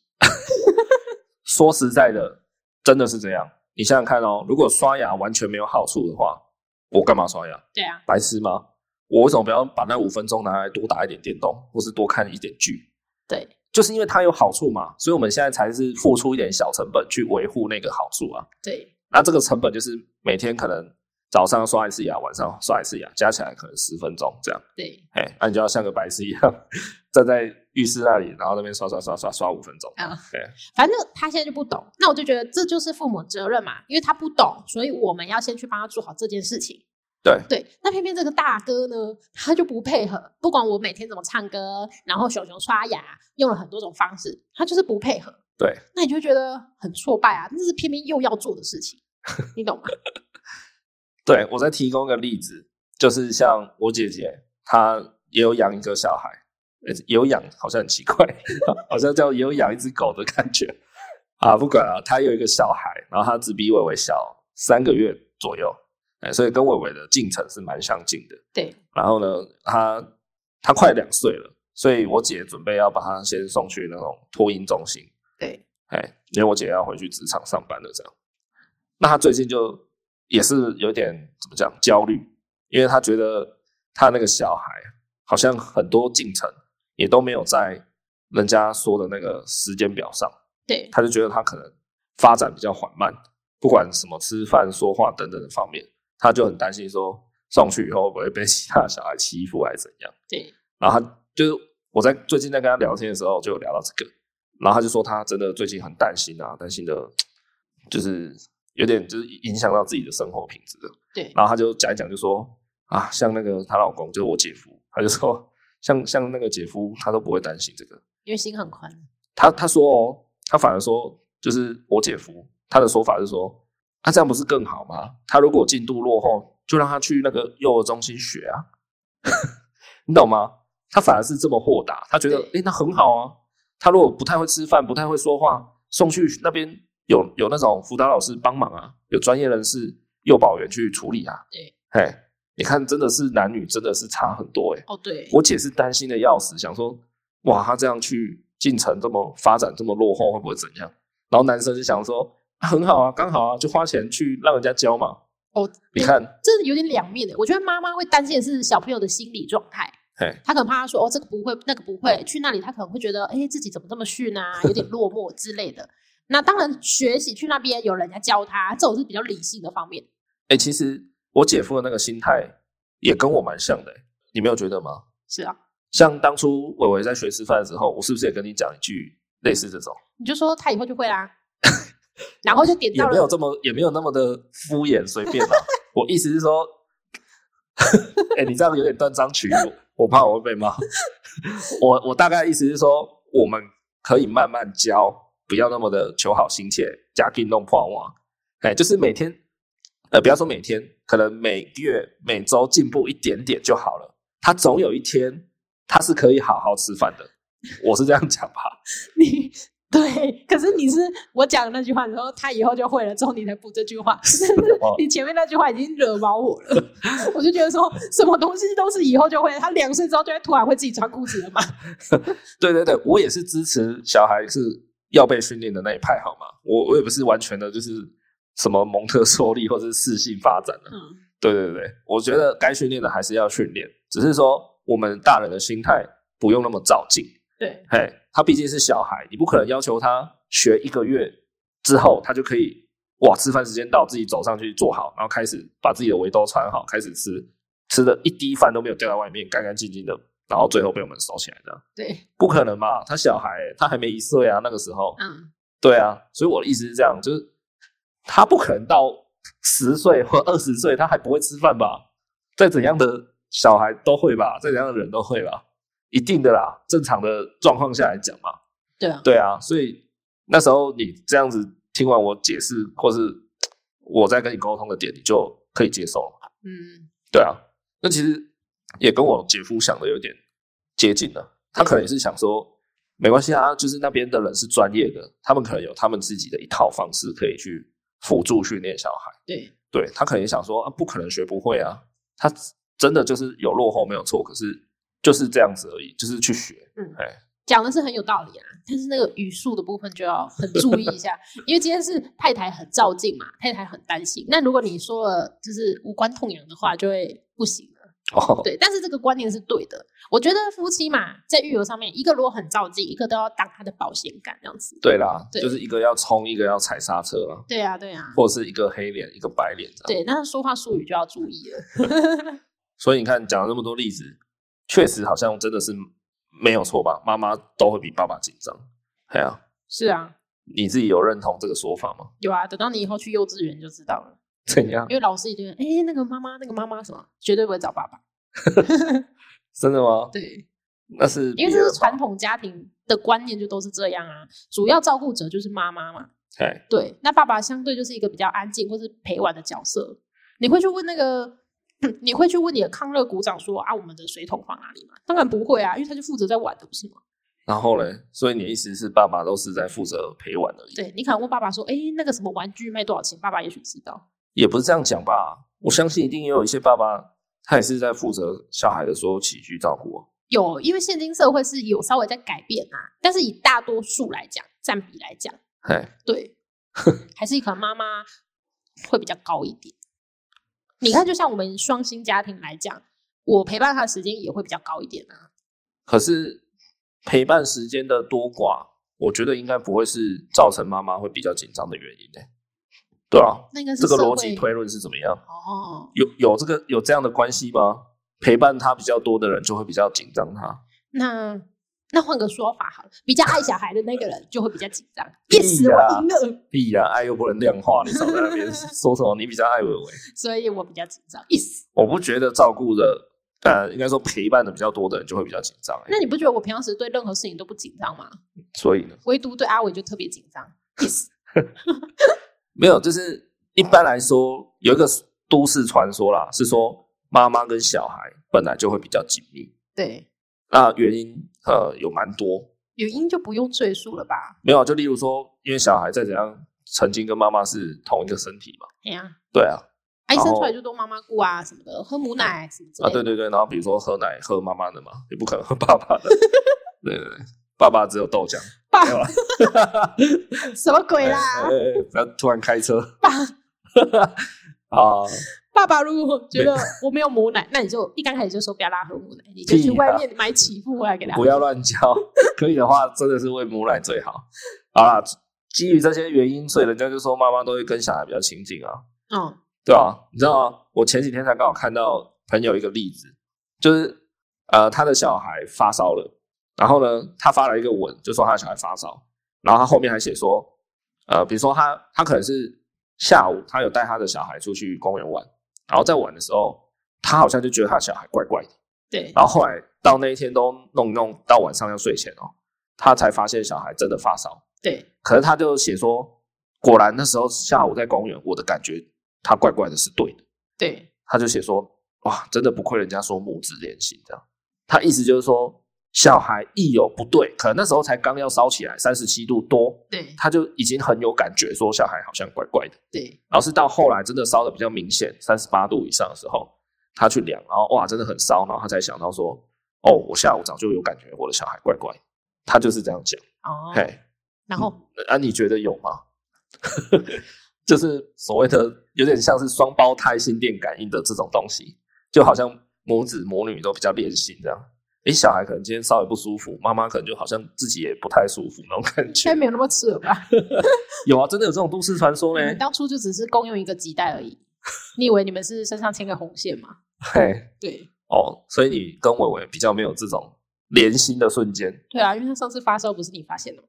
说实在的，真的是这样。你想想看哦，如果刷牙完全没有好处的话，我干嘛刷牙？
对啊，
白痴吗？我为什么不要把那五分钟拿来多打一点电动，或是多看一点剧？
对
就是因为它有好处嘛，所以我们现在才是付出一点小成本去维护那个好处啊。
对
那这个成本就是每天可能早上刷一次牙，晚上刷一次牙，加起来可能十分钟这样。
对
哎，那、你就要像个白痴一样 *laughs* 站在浴室那里，然后那边刷刷刷刷刷五分钟。
啊，
对，
反正他现在就不懂，那我就觉得这就是父母责任嘛，因为他不懂，所以我们要先去帮他做好这件事情。
对
对，那偏偏这个大哥呢，他就不配合，不管我每天怎么唱歌，然后熊熊刷牙，用了很多种方式，他就是不配合。
对，
那你就会觉得很挫败啊，那是偏偏又要做的
*laughs*
事情，你懂吗？
对我再提供一个例子，就是像我姐姐，她也有养一个小孩，呃有养好像很奇怪， *laughs* 好像叫有养一只狗的感觉啊。不管了，她有一个小孩，然后她只比伟伟小三个月左右，哎，所以跟伟伟的进程是蛮相近的。
对
然后呢，她她快两岁了，所以我姐准备要把她先送去那种托婴中心，
对
哎，因为我姐要回去职场上班了，这样。那她最近就也是有点怎么讲焦虑，因为她觉得她那个小孩好像很多进程也都没有在人家说的那个时间表上，
对
她就觉得她可能发展比较缓慢，不管什么吃饭、说话等等的方面，她就很担心说送去以后会不会被其他小孩欺负还是怎样。
对
然后他就是我在最近在跟他聊天的时候，就有聊到这个，然后他就说他真的最近很担心啊，担心的，就是有点就是影响到自己的生活品质的。
对
然后他就讲一讲，就说啊，像那个她老公就是我姐夫，他就说像像那个姐夫，他都不会担心这个。
因为心很宽。
他他说哦，他反而说就是我姐夫，他的说法是说，那、这样不是更好吗？他如果进度落后，就让他去那个幼儿中心学啊， *laughs* 你懂吗？他反而是这么豁达，他觉得
对
诶，那很好啊。他如果不太会吃饭，不太会说话，送去那边有有那种辅导老师帮忙啊，有专业人士幼保员去处理啊。
对，
嘿，你看，真的是男女真的是差很多诶、
哦，对，
我姐是担心的要死，想说哇，他这样去进程这么发展这么落后，会不会怎样？然后男生就想说、啊很好啊，刚好啊，就花钱去让人家教嘛。
哦，
你看，
这有点两面的。我觉得妈妈会担心的是小朋友的心理状态，
嘿，嗯
她可能怕他说哦这个不会，那个不会，去那里他可能会觉得哎自己怎么这么逊啊，有点落寞之类的。那当然，学习去那边有人家教他，这种是比较理性的方面。
哎、其实我姐夫的那个心态也跟我蛮像的、欸你没有觉得吗？
是啊，
像当初伟伟在学吃饭的时候，我是不是也跟你讲一句类似这种？
你就说他以后就会
*laughs*
啦，然后就点
也
到
没有
了。
这么也没有那么的敷衍随便啦。我意思是说，哎、你这样有点断章取义，我我怕我会被骂。我我大概意思是说，我们可以慢慢教，不要那么的求好心切，假定弄破网。哎、就是每天，呃，不要说每天，可能每月、每周进步一点点就好了。他总有一天，他是可以好好吃饭的。我是这样讲吧？
*laughs* 你对，可是你是我讲的那句话的时候，他以后就会了，之后你才补这句话。是不是
哦
*laughs* 你前面那句话已经惹毛我了， *laughs* 我就觉得说什么东西都是以后就会，他两岁之后就会突然会自己穿裤子了嘛？
对对对，我也是支持小孩是要被训练的那一派，好吗？我我也不是完全的就是什么蒙特梭利或者是适性发展的、
嗯，
对对对，我觉得该训练的还是要训练，只是说我们大人的心态不用那么照进。
对，
嘿，他毕竟是小孩，你不可能要求他学一个月之后，他就可以哇，吃饭时间到自己走上去坐好，然后开始把自己的围兜穿好，开始吃，吃的一滴饭都没有掉在外面，干干净净的，然后最后被我们收起来的，
对，
不可能嘛？他小孩，他还没一岁啊，那个时候，
嗯，
对啊，所以我的意思是这样，就是他不可能到十岁或二十岁，他还不会吃饭吧？再怎样的小孩都会吧，再怎样的人都会吧，一定的啦。正常的状况下来讲嘛，
对啊，
对啊，所以那时候你这样子听完我解释，或是我在跟你沟通的点，你就可以接受了嘛。
嗯，
对啊，那其实也跟我姐夫想的有点接近了。他可能也是想说，没关系啊，就是那边的人是专业的，他们可能有他们自己的一套方式可以去辅助训练小孩。
对，
对他可能也想说啊，不可能学不会啊，他真的就是有落后没有错，可是就是这样子而已，就是去学。
讲的是很有道理啊，但是那个语速的部分就要很注意一下，因为今天是太太很照镜嘛，太太很担心。那如果你说了就是无关痛痒的话，就会不行了。
哦，
对，但是这个观念是对的。我觉得夫妻嘛，在育儿上面，一个如果很照镜，一个都要当他的保险杆这样子。
对啦，
对
就是一个要冲，一个要踩刹车啊，
对啊，对啊，
或者是一个黑脸，一个白脸这样。
对，那说话术语就要注意了。
所以你看，讲了那么多例子，确实好像真的是没有错吧？妈妈都会比爸爸紧张。哎呀、
是啊，
你自己有认同这个说法吗？ *laughs*
有啊，等到你以后去幼稚园就知道了，
怎样？
因为老师一定会，哎、那个妈妈，那个妈妈什么，绝对不会找爸爸。
真的吗？
对，
那是
因为
别
这
人
是传
吧。
统家庭的观念，就都是这样啊。主要照顾者就是妈妈嘛，
哎，
对，那爸爸相对就是一个比较安静或是陪玩的角色。你会去问那个， *clears throat* 你会去问你的康乐股长说啊，我们的水桶放哪里吗？当然不会啊，因为他就负责在玩的，不是吗？
然后嘞，所以你的意思是爸爸都是在负责陪玩而已？，
对你可能问爸爸说，哎，那个什么玩具卖多少钱？爸爸也许知道。
也不是这样讲吧？我相信一定也有一些爸爸，他也是在负责小孩的所有起居照顾啊。
有，因为现今社会是有稍微在改变啊，但是以大多数来讲，占比来讲，
哎， *laughs*
对，还是可能妈妈会比较高一点。你看，就像我们双薪家庭来讲，我陪伴他的时间也会比较高一点啊。
可是陪伴时间的多寡，我觉得应该不会是造成妈妈会比较紧张的原因呢、对啊，
那应该是
这个
社
逻辑
会
推论是怎么样？
哦，
有有这个有这样的关系吗？陪伴他比较多的人就会比较紧张他。
那那换个说法好了，比较爱小孩的那个人就会比较紧张。
屁
yes，我赢
啊
了， *laughs*
必然爱又不能量化，你少在那边说什么你比较爱伟伟。
所以我比较紧张。yes，
我不觉得照顾的，呃，应该说陪伴的比较多的人就会比较紧张、欸。
那你不觉得我平常时对任何事情都不紧张吗？
所以呢，
唯独对阿伟就特别紧张。yes，
没有，就是一般来说有一个都市传说啦，是说妈妈跟小孩本来就会比较紧密。
对，
那原因呃有蛮多，
语音就不用赘述了吧？
没有啊，就例如说，因为小孩再怎样，曾经跟妈妈是同一个身体嘛。
哎呀，
对啊，
啊，一
然
生
后
出来就都妈妈顾啊什么的，喝母奶什么之
啊，
类的。
对对对，然后比如说喝奶喝妈妈的嘛，也不可能喝爸爸
*laughs*
的，对对对，爸爸只有豆浆，
爸 *laughs*
没有啊啦，
什么鬼
对哎
啦？
不要突然开
*laughs*
车
爸
啊，
爸爸如果觉得我没有母奶，那你就一刚开始就说不要拉喝母奶，你就去
屁
外
啦
面买起付回来给他。
不要乱教，可以的话真的是喂母奶最好。好啦，基于这些原因，所以人家就说妈妈都会跟小孩比较亲近啊，
嗯，
对啊，你知道吗？我前几天才刚好看到朋友一个例子，就是呃，他的小孩发烧了，然后呢，他发了一个文，就说他的小孩发烧，然后他后面还写说，呃，比如说他他可能是下午他有带他的小孩出去公园玩，然后在玩的时候，他好像就觉得他小孩怪怪的，
对，
然后后来到那一天都弄一弄到晚上要睡前哦，他才发现小孩真的发烧，
对，
可是他就写说，果然那时候下午在公园，我的感觉他怪怪的是对的。
对，
他就写说，哇，真的不愧人家说母子连心这样。他意思就是说，小孩一有不对，可能那时候才刚要烧起来，三十七度多，
对
他就已经很有感觉，说小孩好像怪怪的。
对，
然后是到后来真的烧的比较明显，三十八度以上的时候，他去量，然后哇，真的很烧，然后他才想到说，哦，我下午早就有感觉我的小孩怪怪，他就是这样讲。
哦，
嘿，
然后
啊，你觉得有吗？ *laughs* 就是所谓的有点像是双胞胎心电感应的这种东西，就好像母子母女都比较恋心这样。诶，小孩可能今天稍微不舒服，妈妈可能就好像自己也不太舒服那种感
应该
觉。 *laughs*
没有那么扯吧？ *laughs*
有啊，真的有这种都市传说
你们
呢。
当初就只是共用一个脐带而已，你以为你们是身上牵个红线吗？
嘿，
对，
哦，所以你跟伟伟比较没有这种连心的瞬间。
对啊，因为他上次发烧不是你发现的吗？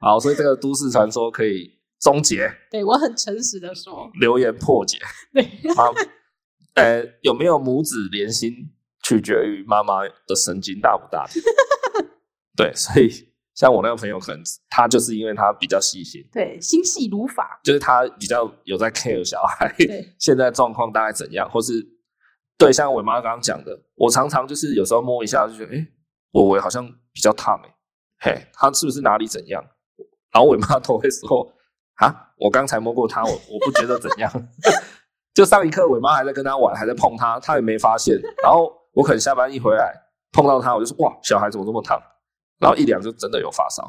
好，所以这个都市传说可以终结，
对我很诚实的说，
留言破解。
对，
*laughs* 妈，呃，有没有母子连心，取决于妈妈的神经大不大条。对，所以像我那个朋友，可能他就是因为他比较细心，
*laughs* 对，心细如发，
就是他比较有在 care 小孩
对
现在状况大概怎样，或是对，像伟妈刚刚讲的，我常常就是有时候摸一下就觉得，哎、我我好像比较烫哎、嘿，他是不是哪里怎样？然后伟妈都会说，啊，我刚才摸过他，我我不觉得怎样。 *laughs* 就上一刻伟妈还在跟他玩，还在碰他，他也没发现。然后我可能下班一回来碰到他，我就说哇，小孩怎么这么烫？然后一量就真的有发烧。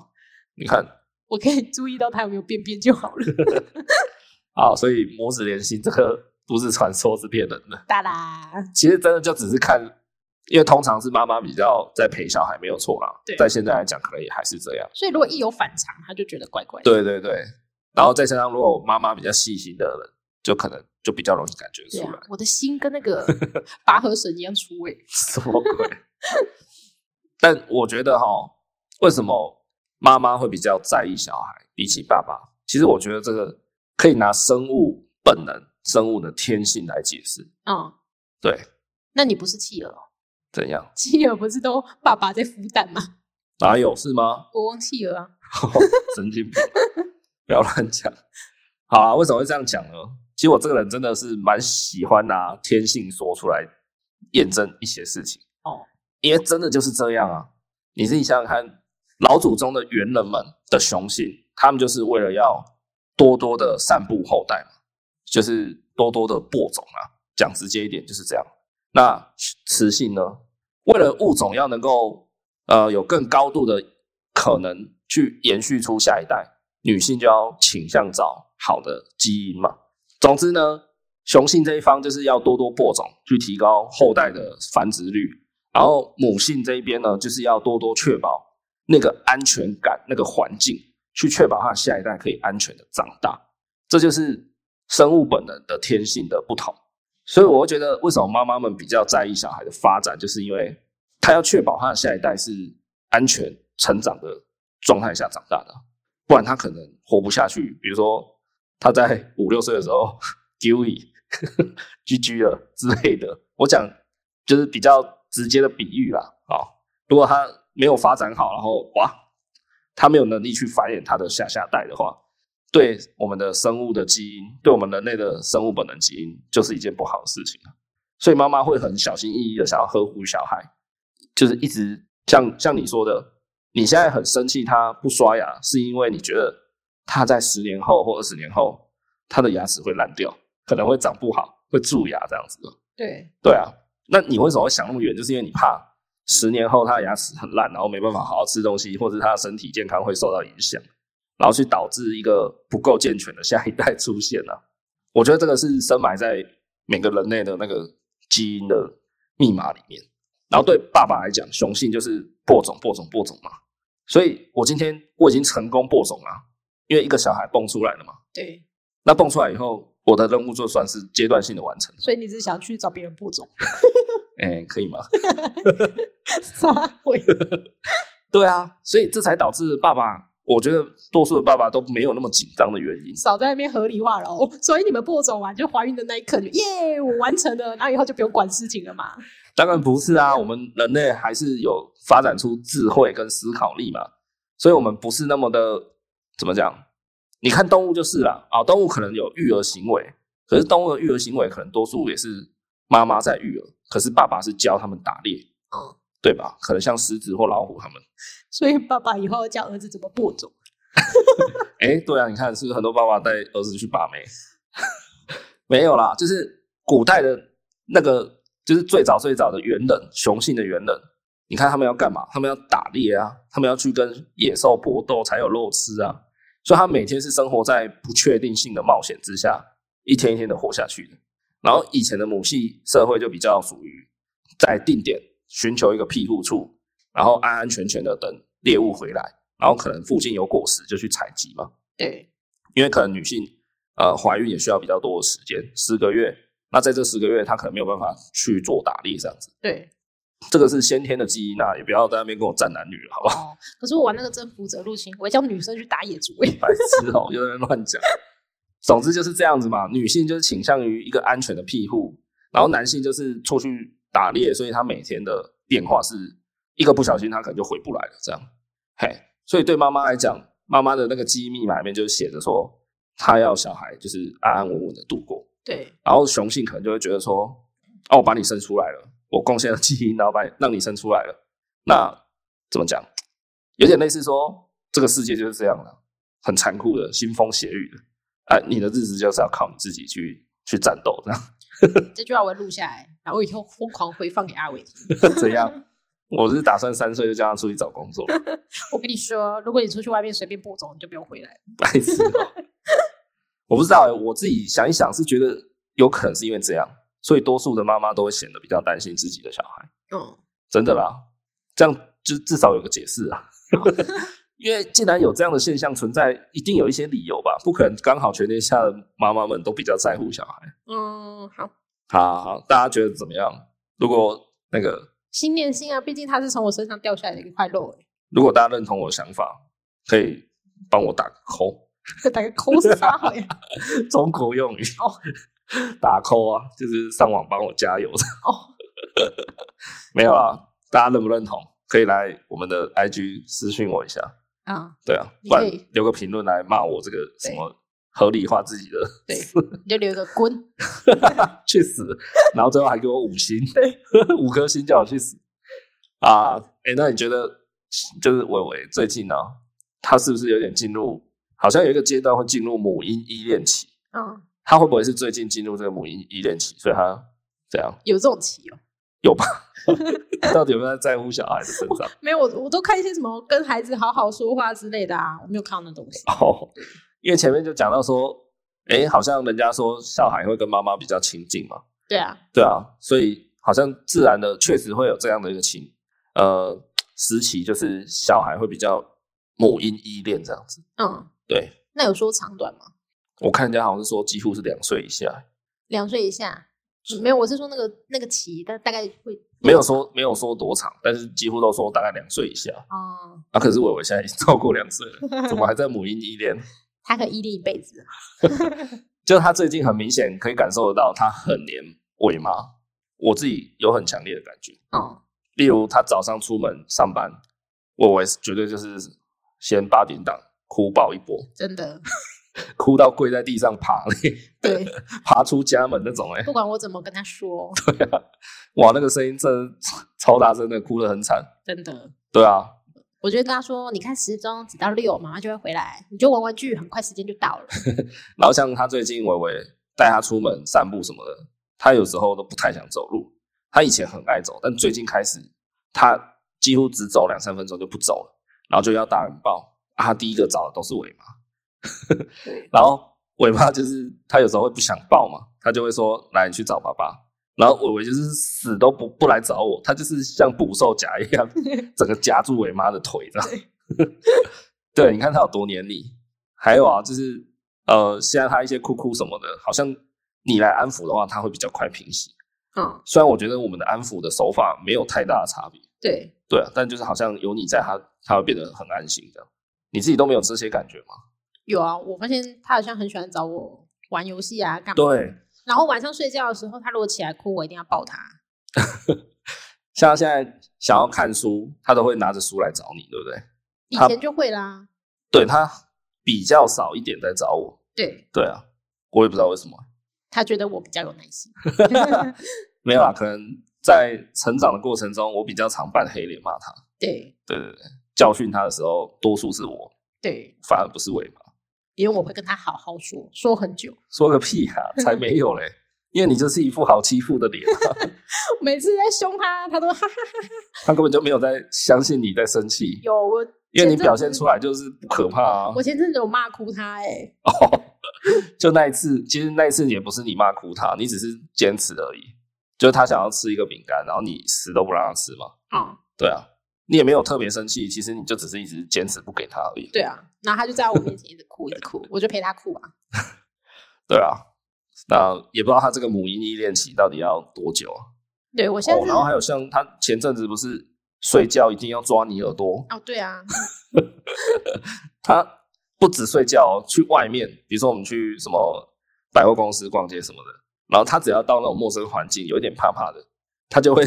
你看
我可以注意到他有没有便便就好 *laughs* 了。
啊，所以母子连心这个都市传说是骗人的。
哒啦，
其实真的就只是看，因为通常是妈妈比较在陪小孩，没有错啦
对。
在现在来讲，可能也还是这样。
所以如果一有反常，他就觉得怪怪的。
对对对，然后再加上如果妈妈比较细心的人，就可能就比较容易感觉
对
出来
啊，。我的心跟那 *laughs* 个拔河绳一样出位。
什么鬼？ *laughs* 但我觉得哈，为什么妈妈会比较在意小孩，比起爸爸？其实我觉得这个可以拿生物本能、生物的天性来解释。
嗯，
对，
那你不是企鹅、哦？
怎样？
企鹅不是都爸爸在孵蛋吗？
哪有是吗？
国王企鹅啊，
*laughs* 神经病，不要乱讲。好啊，为什么会这样讲呢？其实我这个人真的是蛮喜欢拿天性说出来验证一些事情
哦，
因为真的就是这样啊。你自己想想看，老祖宗的猿人们的雄性，他们就是为了要多多的散布后代嘛，就是多多的播种啊。讲直接一点，就是这样。那雌性呢，为了物种要能够呃有更高度的可能去延续出下一代，女性就要倾向找好的基因嘛。总之呢，雄性这一方就是要多多播种，去提高后代的繁殖率，然后母性这一边呢，就是要多多确保那个安全感、那个环境，去确保它的下一代可以安全的长大。这就是生物本能的天性的不同。所以我会觉得，为什么妈妈们比较在意小孩的发展，就是因为她要确保她的下一代是安全成长的状态下长大的，啊不然她可能活不下去。比如说，她在五六岁的时候丢 *laughs* 以 GG 了之类的。我讲就是比较直接的比喻啦，啊，如果她没有发展好，然后哇，她没有能力去繁衍她的下下代的话，对我们的生物的基因，对我们人类的生物本能基因，就是一件不好的事情啊所以妈妈会很小心翼翼的想要呵护小孩，就是一直像像你说的，你现在很生气他不刷牙，是因为你觉得他在十年后或二十年后，他的牙齿会烂掉，可能会长不好，会蛀牙这样子。
对，
对啊，那你为什么会想那么远？就是因为你怕十年后他的牙齿很烂，然后没办法好好吃东西，或者是他的身体健康会受到影响，然后去导致一个不够健全的下一代出现啊。 *laughs* 我觉得这个是深埋在每个人类的那个基因的密码里面。然后对爸爸来讲，雄性就是播种、播种、播种嘛。所以我今天我已经成功播种了，啊因为一个小孩蹦出来了嘛。
对，
那蹦出来以后，我的任务就算是阶段性的完成。
所以你只是想去找别人播种， *laughs*
哎，可以吗？
撒会
对啊，所以这才导致爸爸，我觉得多数的爸爸都没有那么紧张的原因。
少在那边合理化了哦。 *laughs* 所以你们播种完就怀孕的那一刻就耶，我完成了，那以后就不用管事情了嘛。
当然不是啊，我们人类还是有发展出智慧跟思考力嘛，所以我们不是那么的怎么讲？你看动物就是啦，啊，动物可能有育儿行为，可是动物的育儿行为可能多数也是妈妈在育儿，可是爸爸是教他们打猎。
嗯，
对吧？可能像狮子或老虎他们。
所以爸爸以后要教儿子怎么播种。
哎，对啊，你看是不是很多爸爸带儿子去把妹？ *laughs* 没有啦，就是古代的那个，就是最早最早的猿人，雄性的猿人。你看他们要干嘛？他们要打猎啊，他们要去跟野兽搏斗才有肉吃啊。所以他每天是生活在不确定性的冒险之下，一天一天的活下去的。然后以前的母系社会就比较属于在定点寻求一个庇护处，然后安安全全的等猎物回来，然后可能附近有果实就去采集嘛。
对，
因为可能女性呃怀孕也需要比较多的时间，十个月。那在这十个月，她可能没有办法去做打猎这样子。
对，
这个是先天的基因啊，也不要在那边跟我站男女了，好不好？ *laughs*
哦。可是我玩那个征服者入侵，我会叫女生去打野猪、欸。
白痴哦、又在那边乱讲。总之就是这样子嘛，女性就是倾向于一个安全的庇护，然后男性就是出去打猎，所以他每天的变化是一个不小心他可能就回不来了，这样。嘿，所以对妈妈来讲，妈妈的那个基因密码里面就是写着说，她要小孩就是安安稳稳的度过，
*laughs* 对，
然后雄性可能就会觉得说，哦，我把你生出来了，我贡献了基因，然后把你让你生出来了，那怎么讲？有点类似说，这个世界就是这样了，很残酷的，腥风血雨的，哎、你的日子就是要靠你自己去去战斗，这样 *laughs*
这句话我会录下来，然后以后疯狂回放给阿伟听。
怎样？我是打算三岁就叫他出去找工作，
我跟你说，如果你出去外面随便播种，你就不用回来了。
白痴哦、 *laughs* 我不知道、欸，我自己想一想是觉得有可能是因为这样，所以多数的妈妈都会显得比较担心自己的小孩。
嗯，
真的啦，这样就至少有个解释啊。 *laughs* 因为既然有这样的现象存在，一定有一些理由吧，不可能刚好全天下的妈妈们都比较在乎小孩。
嗯，好，
好好好，大家觉得怎么样？如果那个，
心连心啊，毕竟它是从我身上掉下来的一块肉、欸， *laughs*
如果大家认同我的想法，可以帮我打个扣，
打个抠死他好呀！
*laughs* 中国用语
哦，
打扣啊，就是上网帮我加油。
哦，
*laughs* 没有啊，大家认不认同？可以来我们的 IG 私信我一下。
*laughs* 啊，
对啊，
你
不然
可以
留个评论来骂我这个什么合理化自己的，
对，你就留一个滚，
去死！然后最后还给我五星，
对，
*laughs* 五颗星叫我去死啊！哎、那你觉得就是伟伟最近呢、他是不是有点进入，好像有一个阶段会进入母婴依恋期？
嗯，
他会不会是最近进入这个母婴依恋期，所以他这样
有这种棋哦。
有吧？到底有没有在乎小孩的成长？ *laughs*
没有，我我都看一些什么跟孩子好好说话之类的啊，我没有看到那东西。
哦，因为前面就讲到说，哎，好像人家说小孩会跟妈妈比较亲近嘛，
对啊，
对啊，所以好像自然的确实会有这样的一个情呃时期，就是小孩会比较母婴依恋这样子。
嗯，
对
那有说长短吗？
我看人家好像是说几乎是两岁以下，
两岁以下没有，我是说那个那个棋，但大概会
没有说没有说多长，但是几乎都说大概两岁以下。
哦，
啊，可是伟伟现在已经超过两岁了，怎么还在母婴依恋？
他可以依恋一辈子。
就他最近很明显可以感受得到，他很黏伟妈，我自己有很强烈的感觉。
哦，
例如他早上出门上班，我我绝对就是先八点档哭爆一波，
真的，
哭到跪在地上爬 *laughs* 嘞，
对，
爬出家门那种哎、
不管我怎么跟他 *laughs* 说，
哇，那个声音真的超大声的，哭得很惨。
真的，
对啊，
我就会跟他说，你看时钟只到六，妈妈就会回来，你就玩玩具，很快时间就到了。
然后像他最近伟伟带他出门散步什么的，他有时候都不太想走路。他以前很爱走，但最近开始他几乎只走两三分钟就不走了，然后就要大人抱。啊、他第一个找的都是伟妈，
对，
*laughs* 然后伟妈就是她有时候会不想抱嘛，她就会说：“来，你去找爸爸。”然后伟伟就是死都不不来找我，他就是像捕兽夹一样，整个夹住伟妈的腿这样。 *laughs* 对，你看他有多黏你。还有啊，就是呃，现在他一些哭哭什么的，好像你来安抚的话，他会比较快平息。
嗯，
虽然我觉得我们的安抚的手法没有太大的差别，
对，
对啊，但就是好像有你在他，他会变得很安心这样。你自己都没有这些感觉吗？
有啊，我发现他好像很喜欢找我玩游戏啊，干嘛？
对，
然后晚上睡觉的时候，他如果起来哭，我一定要抱他。
像他现在想要看书，他都会拿着书来找你，对不对？
以
他
前就会啦，
对他比较少一点在找我，
对
对啊，我也不知道为什么，
*laughs* 他觉得我比较有耐心。
没有啦，可能在成长的过程中，我比较常扮黑脸骂他。
对
对对对，教训他的时候，多数是我，
对，
反而不是伟妈。
因为我会跟他好好说，说很久。
说个屁啊，才没有嘞！因为你就是一副好欺负的脸啊、 *laughs*
每次在凶他，他都哈哈哈哈。
他根本就没有在相信你在生气，
有我，
因为你表现出来就是不可怕啊
我。前阵子有骂哭他、哎，
就那一次，其实那一次也不是你骂哭他，你只是坚持而已。就是他想要吃一个饼干，然后你死都不让他吃嘛。
哦，
对啊，你也没有特别生气，其实你就只是一直坚持不给他而已。
对啊，然后他就在我面前一直哭，一直 *laughs* 哭，我就陪他哭啊。
对啊，那也不知道他这个母婴依恋期到底要多久啊？
对我现
哦，
在是
然后还有像他前阵子不是睡觉一定要抓你耳朵，
哦，对啊，
他不止睡觉哦，去外面，比如说我们去什么百货公司逛街什么的，然后他只要到那种陌生环境，有一点怕怕的，他就会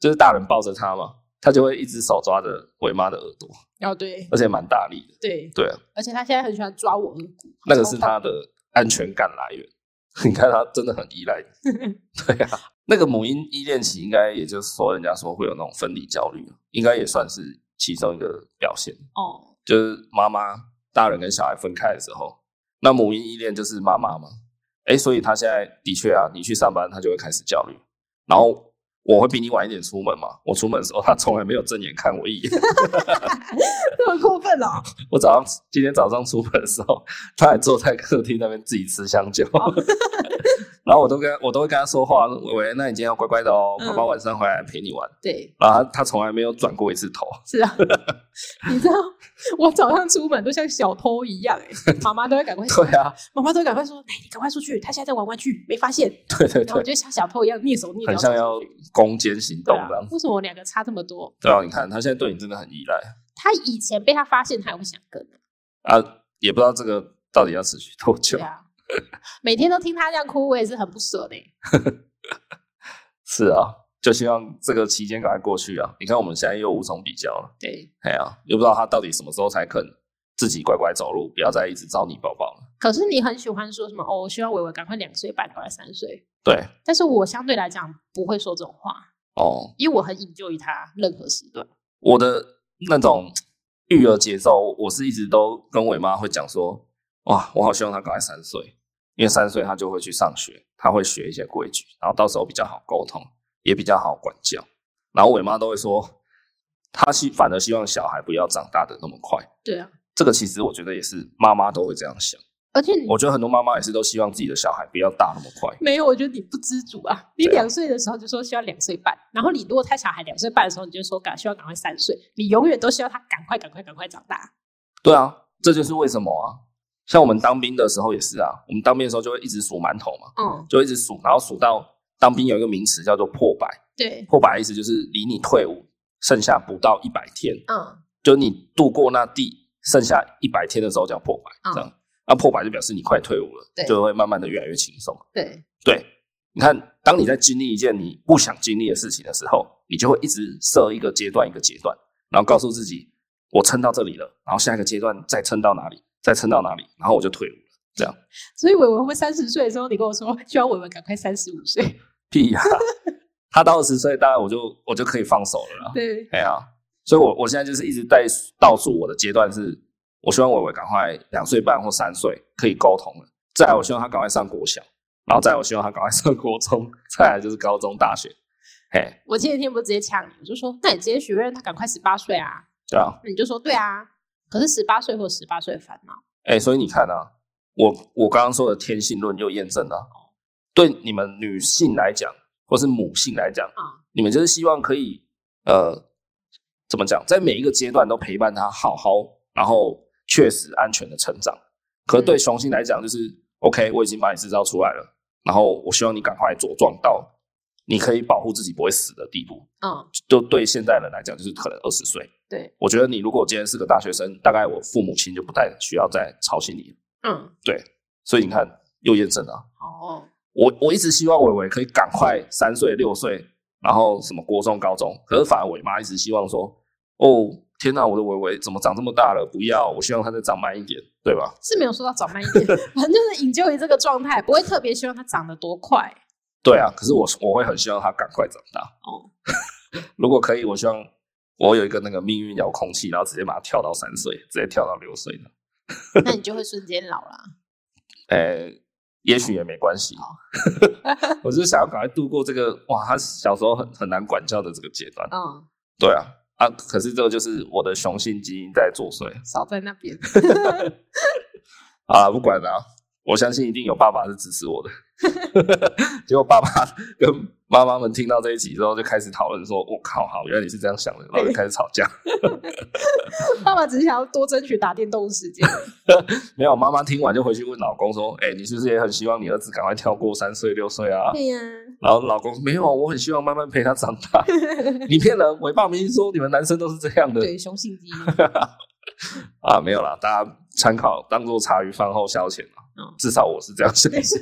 就是大人抱着他嘛，他就会一只手抓着伟妈的耳朵，
哦对
而且蛮大力的。
对，
对啊，
而且他现在很喜欢抓我耳骨，
那个是
超
他的安全感来源。 *laughs* 你看他真的很依赖你，对啊，那个母婴依恋期应该也就是说，人家说会有那种分离焦虑，应该也算是其中一个表现。
哦，
就是妈妈、大人跟小孩分开的时候，那母婴依恋就是妈妈嘛。哎，所以他现在的确啊，你去上班，他就会开始焦虑。然后我会比你晚一点出门嘛，我出门的时候，他从来没有正眼看我一眼。
*laughs*
*laughs*
这么过分哦，
我早上今天早上出门的时候，他还坐在客厅那边自己吃香蕉。
哦
*laughs* 然后我都跟我都会跟他说话，喂，那你今天要乖乖的哦，
嗯
爸爸晚上回来陪你玩。
对，
然后他他从来没有转过一次头， *laughs*
是 *laughs* 啊，你知道我早上出门都像小偷一样、 *laughs* 哎，妈妈都会赶快说
对，啊，
妈妈都会赶快说，哎，你赶快出去，他现在在玩玩具，没发现，
对对
然后我
对，
就像小偷一样蹑手蹑脚
很像要
走出去
攻坚行动
对啊
这样。
为什么我两个差这么多？
对啊，你看他现在对你真的很依赖
他以前被他发现，他也会想跟啊，
啊，也不知道这个到底要持续多久
对。啊，每天都听他这样哭，我也是很不舍的、哎
是啊，就希望这个期间赶快过去啊！你看我们现在又无从比较了，
对，
哎呀、又不知道他到底什么时候才肯自己乖乖走路，不要再一直找你抱抱了。
可是你很喜欢说什么哦，我希望伟伟赶快两岁半回来三岁，
对，
但是我相对来讲不会说这种话，
哦，
因为我很引咎于他任何时段。
我的那种育儿节奏，我是一直都跟伟妈会讲说，哇，我好希望他赶快三岁，因为三岁他就会去上学，他会学一些规矩，然后到时候比较好沟通，也比较好管教。然后伟妈都会说，她希反而希望小孩不要长大的那么快。
对啊，
这个其实我觉得也是妈妈都会这样想，
而且你
我觉得很多妈妈也是都希望自己的小孩不要大那么快。
没有，我觉得你不知足啊！你
对啊
两岁的时候就说需要两岁半，然后你如果他小孩两岁半的时候，你就说赶需要赶快三岁，你永远都希望他赶快赶快赶快长大。
对啊，这就是为什么啊，像我们当兵的时候也是啊，我们当兵的时候就会一直数馒头嘛。
嗯，
就一直数，然后数到当兵有一个名词叫做破百，
对，
破百意思就是离你退伍剩下不到一百天，
嗯，
就你度过那第剩下一百天的时候叫破百，
嗯
这样，那破百就表示你快退伍
对
了，就会慢慢的越来越轻松。
对，
对，你看，当你在经历一件你不想经历的事情的时候，你就会一直设一个阶段一个阶段，然后告诉自己，我撑到这里了，然后下一个阶段再撑到哪里，再撑到哪里，然后我就退伍了，这样。
所以伟伟会三十岁的时候，你跟我说希望伟伟赶快三十五岁。
屁呀、他到二十岁，大概我就我就可以放手了啦。
*laughs* 对，
哎呀、所以我我现在就是一直在倒数我的阶段是，我希望伟伟赶快两岁半或三岁可以沟通了，再来我希望他赶快上国小，然后再来我希望他赶快上国中， *laughs* 再来就是高中、大学。嘿，
我前几天不是直接呛你，我就说那你直接许愿，他赶快十八岁啊？
对啊，
你就说对啊，可是十八岁会有十八岁的烦恼。
哎，所以你看啊，我我刚刚说的天性论又验证了啊，对你们女性来讲，或是母性来讲，
啊
你们就是希望可以呃，怎么讲，在每一个阶段都陪伴他好好，然后确实安全的成长。可是对雄性来讲，就是、OK，我已经把你制造出来了，然后我希望你赶快茁壮到你可以保护自己不会死的地步。
嗯，
就对现代人来讲，就是可能二十岁。
对，
我觉得你如果今天是个大学生，大概我父母亲就不太需要再操心你了。
嗯，
所以你看，又验证了啊。
哦，
我我一直希望伟伟可以赶快三岁六岁，然后什么国中高中，可是反而伟妈一直希望说，哦天哪，我的伟伟怎么长这么大了？不要，我希望他再长慢一点，对吧？
*laughs* 是没有说到长慢一点，反正就是引咎于这个状态，不会特别希望他长得多快。
对啊，可是我我会很希望他赶快长大。
哦，
*laughs* 如果可以，我希望我有一个那个命运遥控器，然后直接把它跳到三岁，直接跳到六岁的。
那你就会瞬间老啊啦。
呃，也许也没关系。 *laughs* 我只是想要赶快度过这个哇，他小时候很很难管教的这个阶段。
嗯，
对啊，啊，可是这个就是我的雄性基因在作祟
少在那边。
啊，不管了啊、我相信一定有爸爸是支持我的。 *laughs* 结果爸爸跟妈妈们听到这一集之后，就开始讨论说：“我、靠，好，原来你是这样想的。”然后就开始吵架。
爸爸只是想要多争取打电动的时 *laughs* 间。
没有，妈妈听完就回去问老公说：“哎、你是不是也很希望你儿子赶快跳过三岁六岁啊
对呀、？”
然后老公没有，我很希望慢慢陪他长大。 *laughs* 你骗人！我爸明明说你们男生都是这样的
对，雄性基因。
啊，没有啦，大家参考当做茶余饭后消遣啦。
嗯
至少我是这样相信。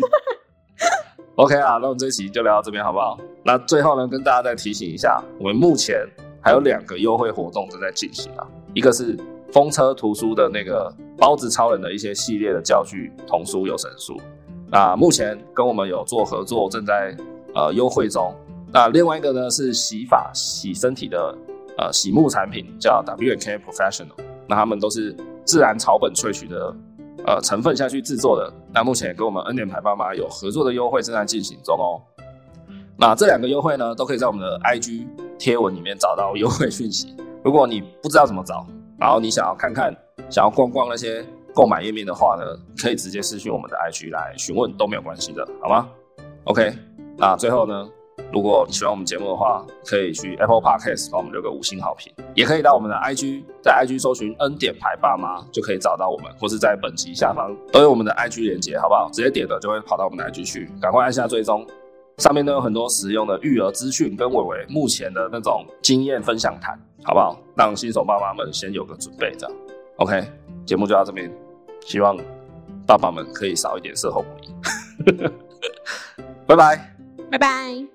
OK 啊，那我们这一期就聊到这边好不好？那最后呢，跟大家再提醒一下，我们目前还有两个优惠活动正在进行啊，一个是风车图书的那个包子超人的一些系列的教具童书有声书，那目前跟我们有做合作，正在呃优惠中。那另外一个呢是洗发洗身体的呃洗沐产品，叫 W&K Professional。那他们都是自然草本萃取的呃成分下去制作的。那目前也跟我们恩典牌爸妈有合作的优惠正在进行中哦。那这两个优惠呢，都可以在我们的 IG 贴文里面找到优惠讯息。如果你不知道怎么找，然后你想要看看、想要逛逛那些购买页面的话呢，可以直接私讯我们的 IG 来询问都没有关系的，好吗？OK，那最后呢，如果你喜欢我们节目的话，可以去 Apple Podcast 帮我们留个五星好评，也可以到我们的 IG，在 IG 搜寻“恩典牌爸妈”就可以找到我们，或是在本集下方都有我们的 IG 连接，好不好？直接点了就会跑到我们的 IG 去，赶快按下追踪。上面都有很多实用的育儿资讯跟伟伟目前的那种经验分享谈，好不好？让新手爸妈们先有个准备，这样 OK。节目就到这边，希望 *laughs* 爸爸们可以少一点事后不宜。拜拜。
拜拜。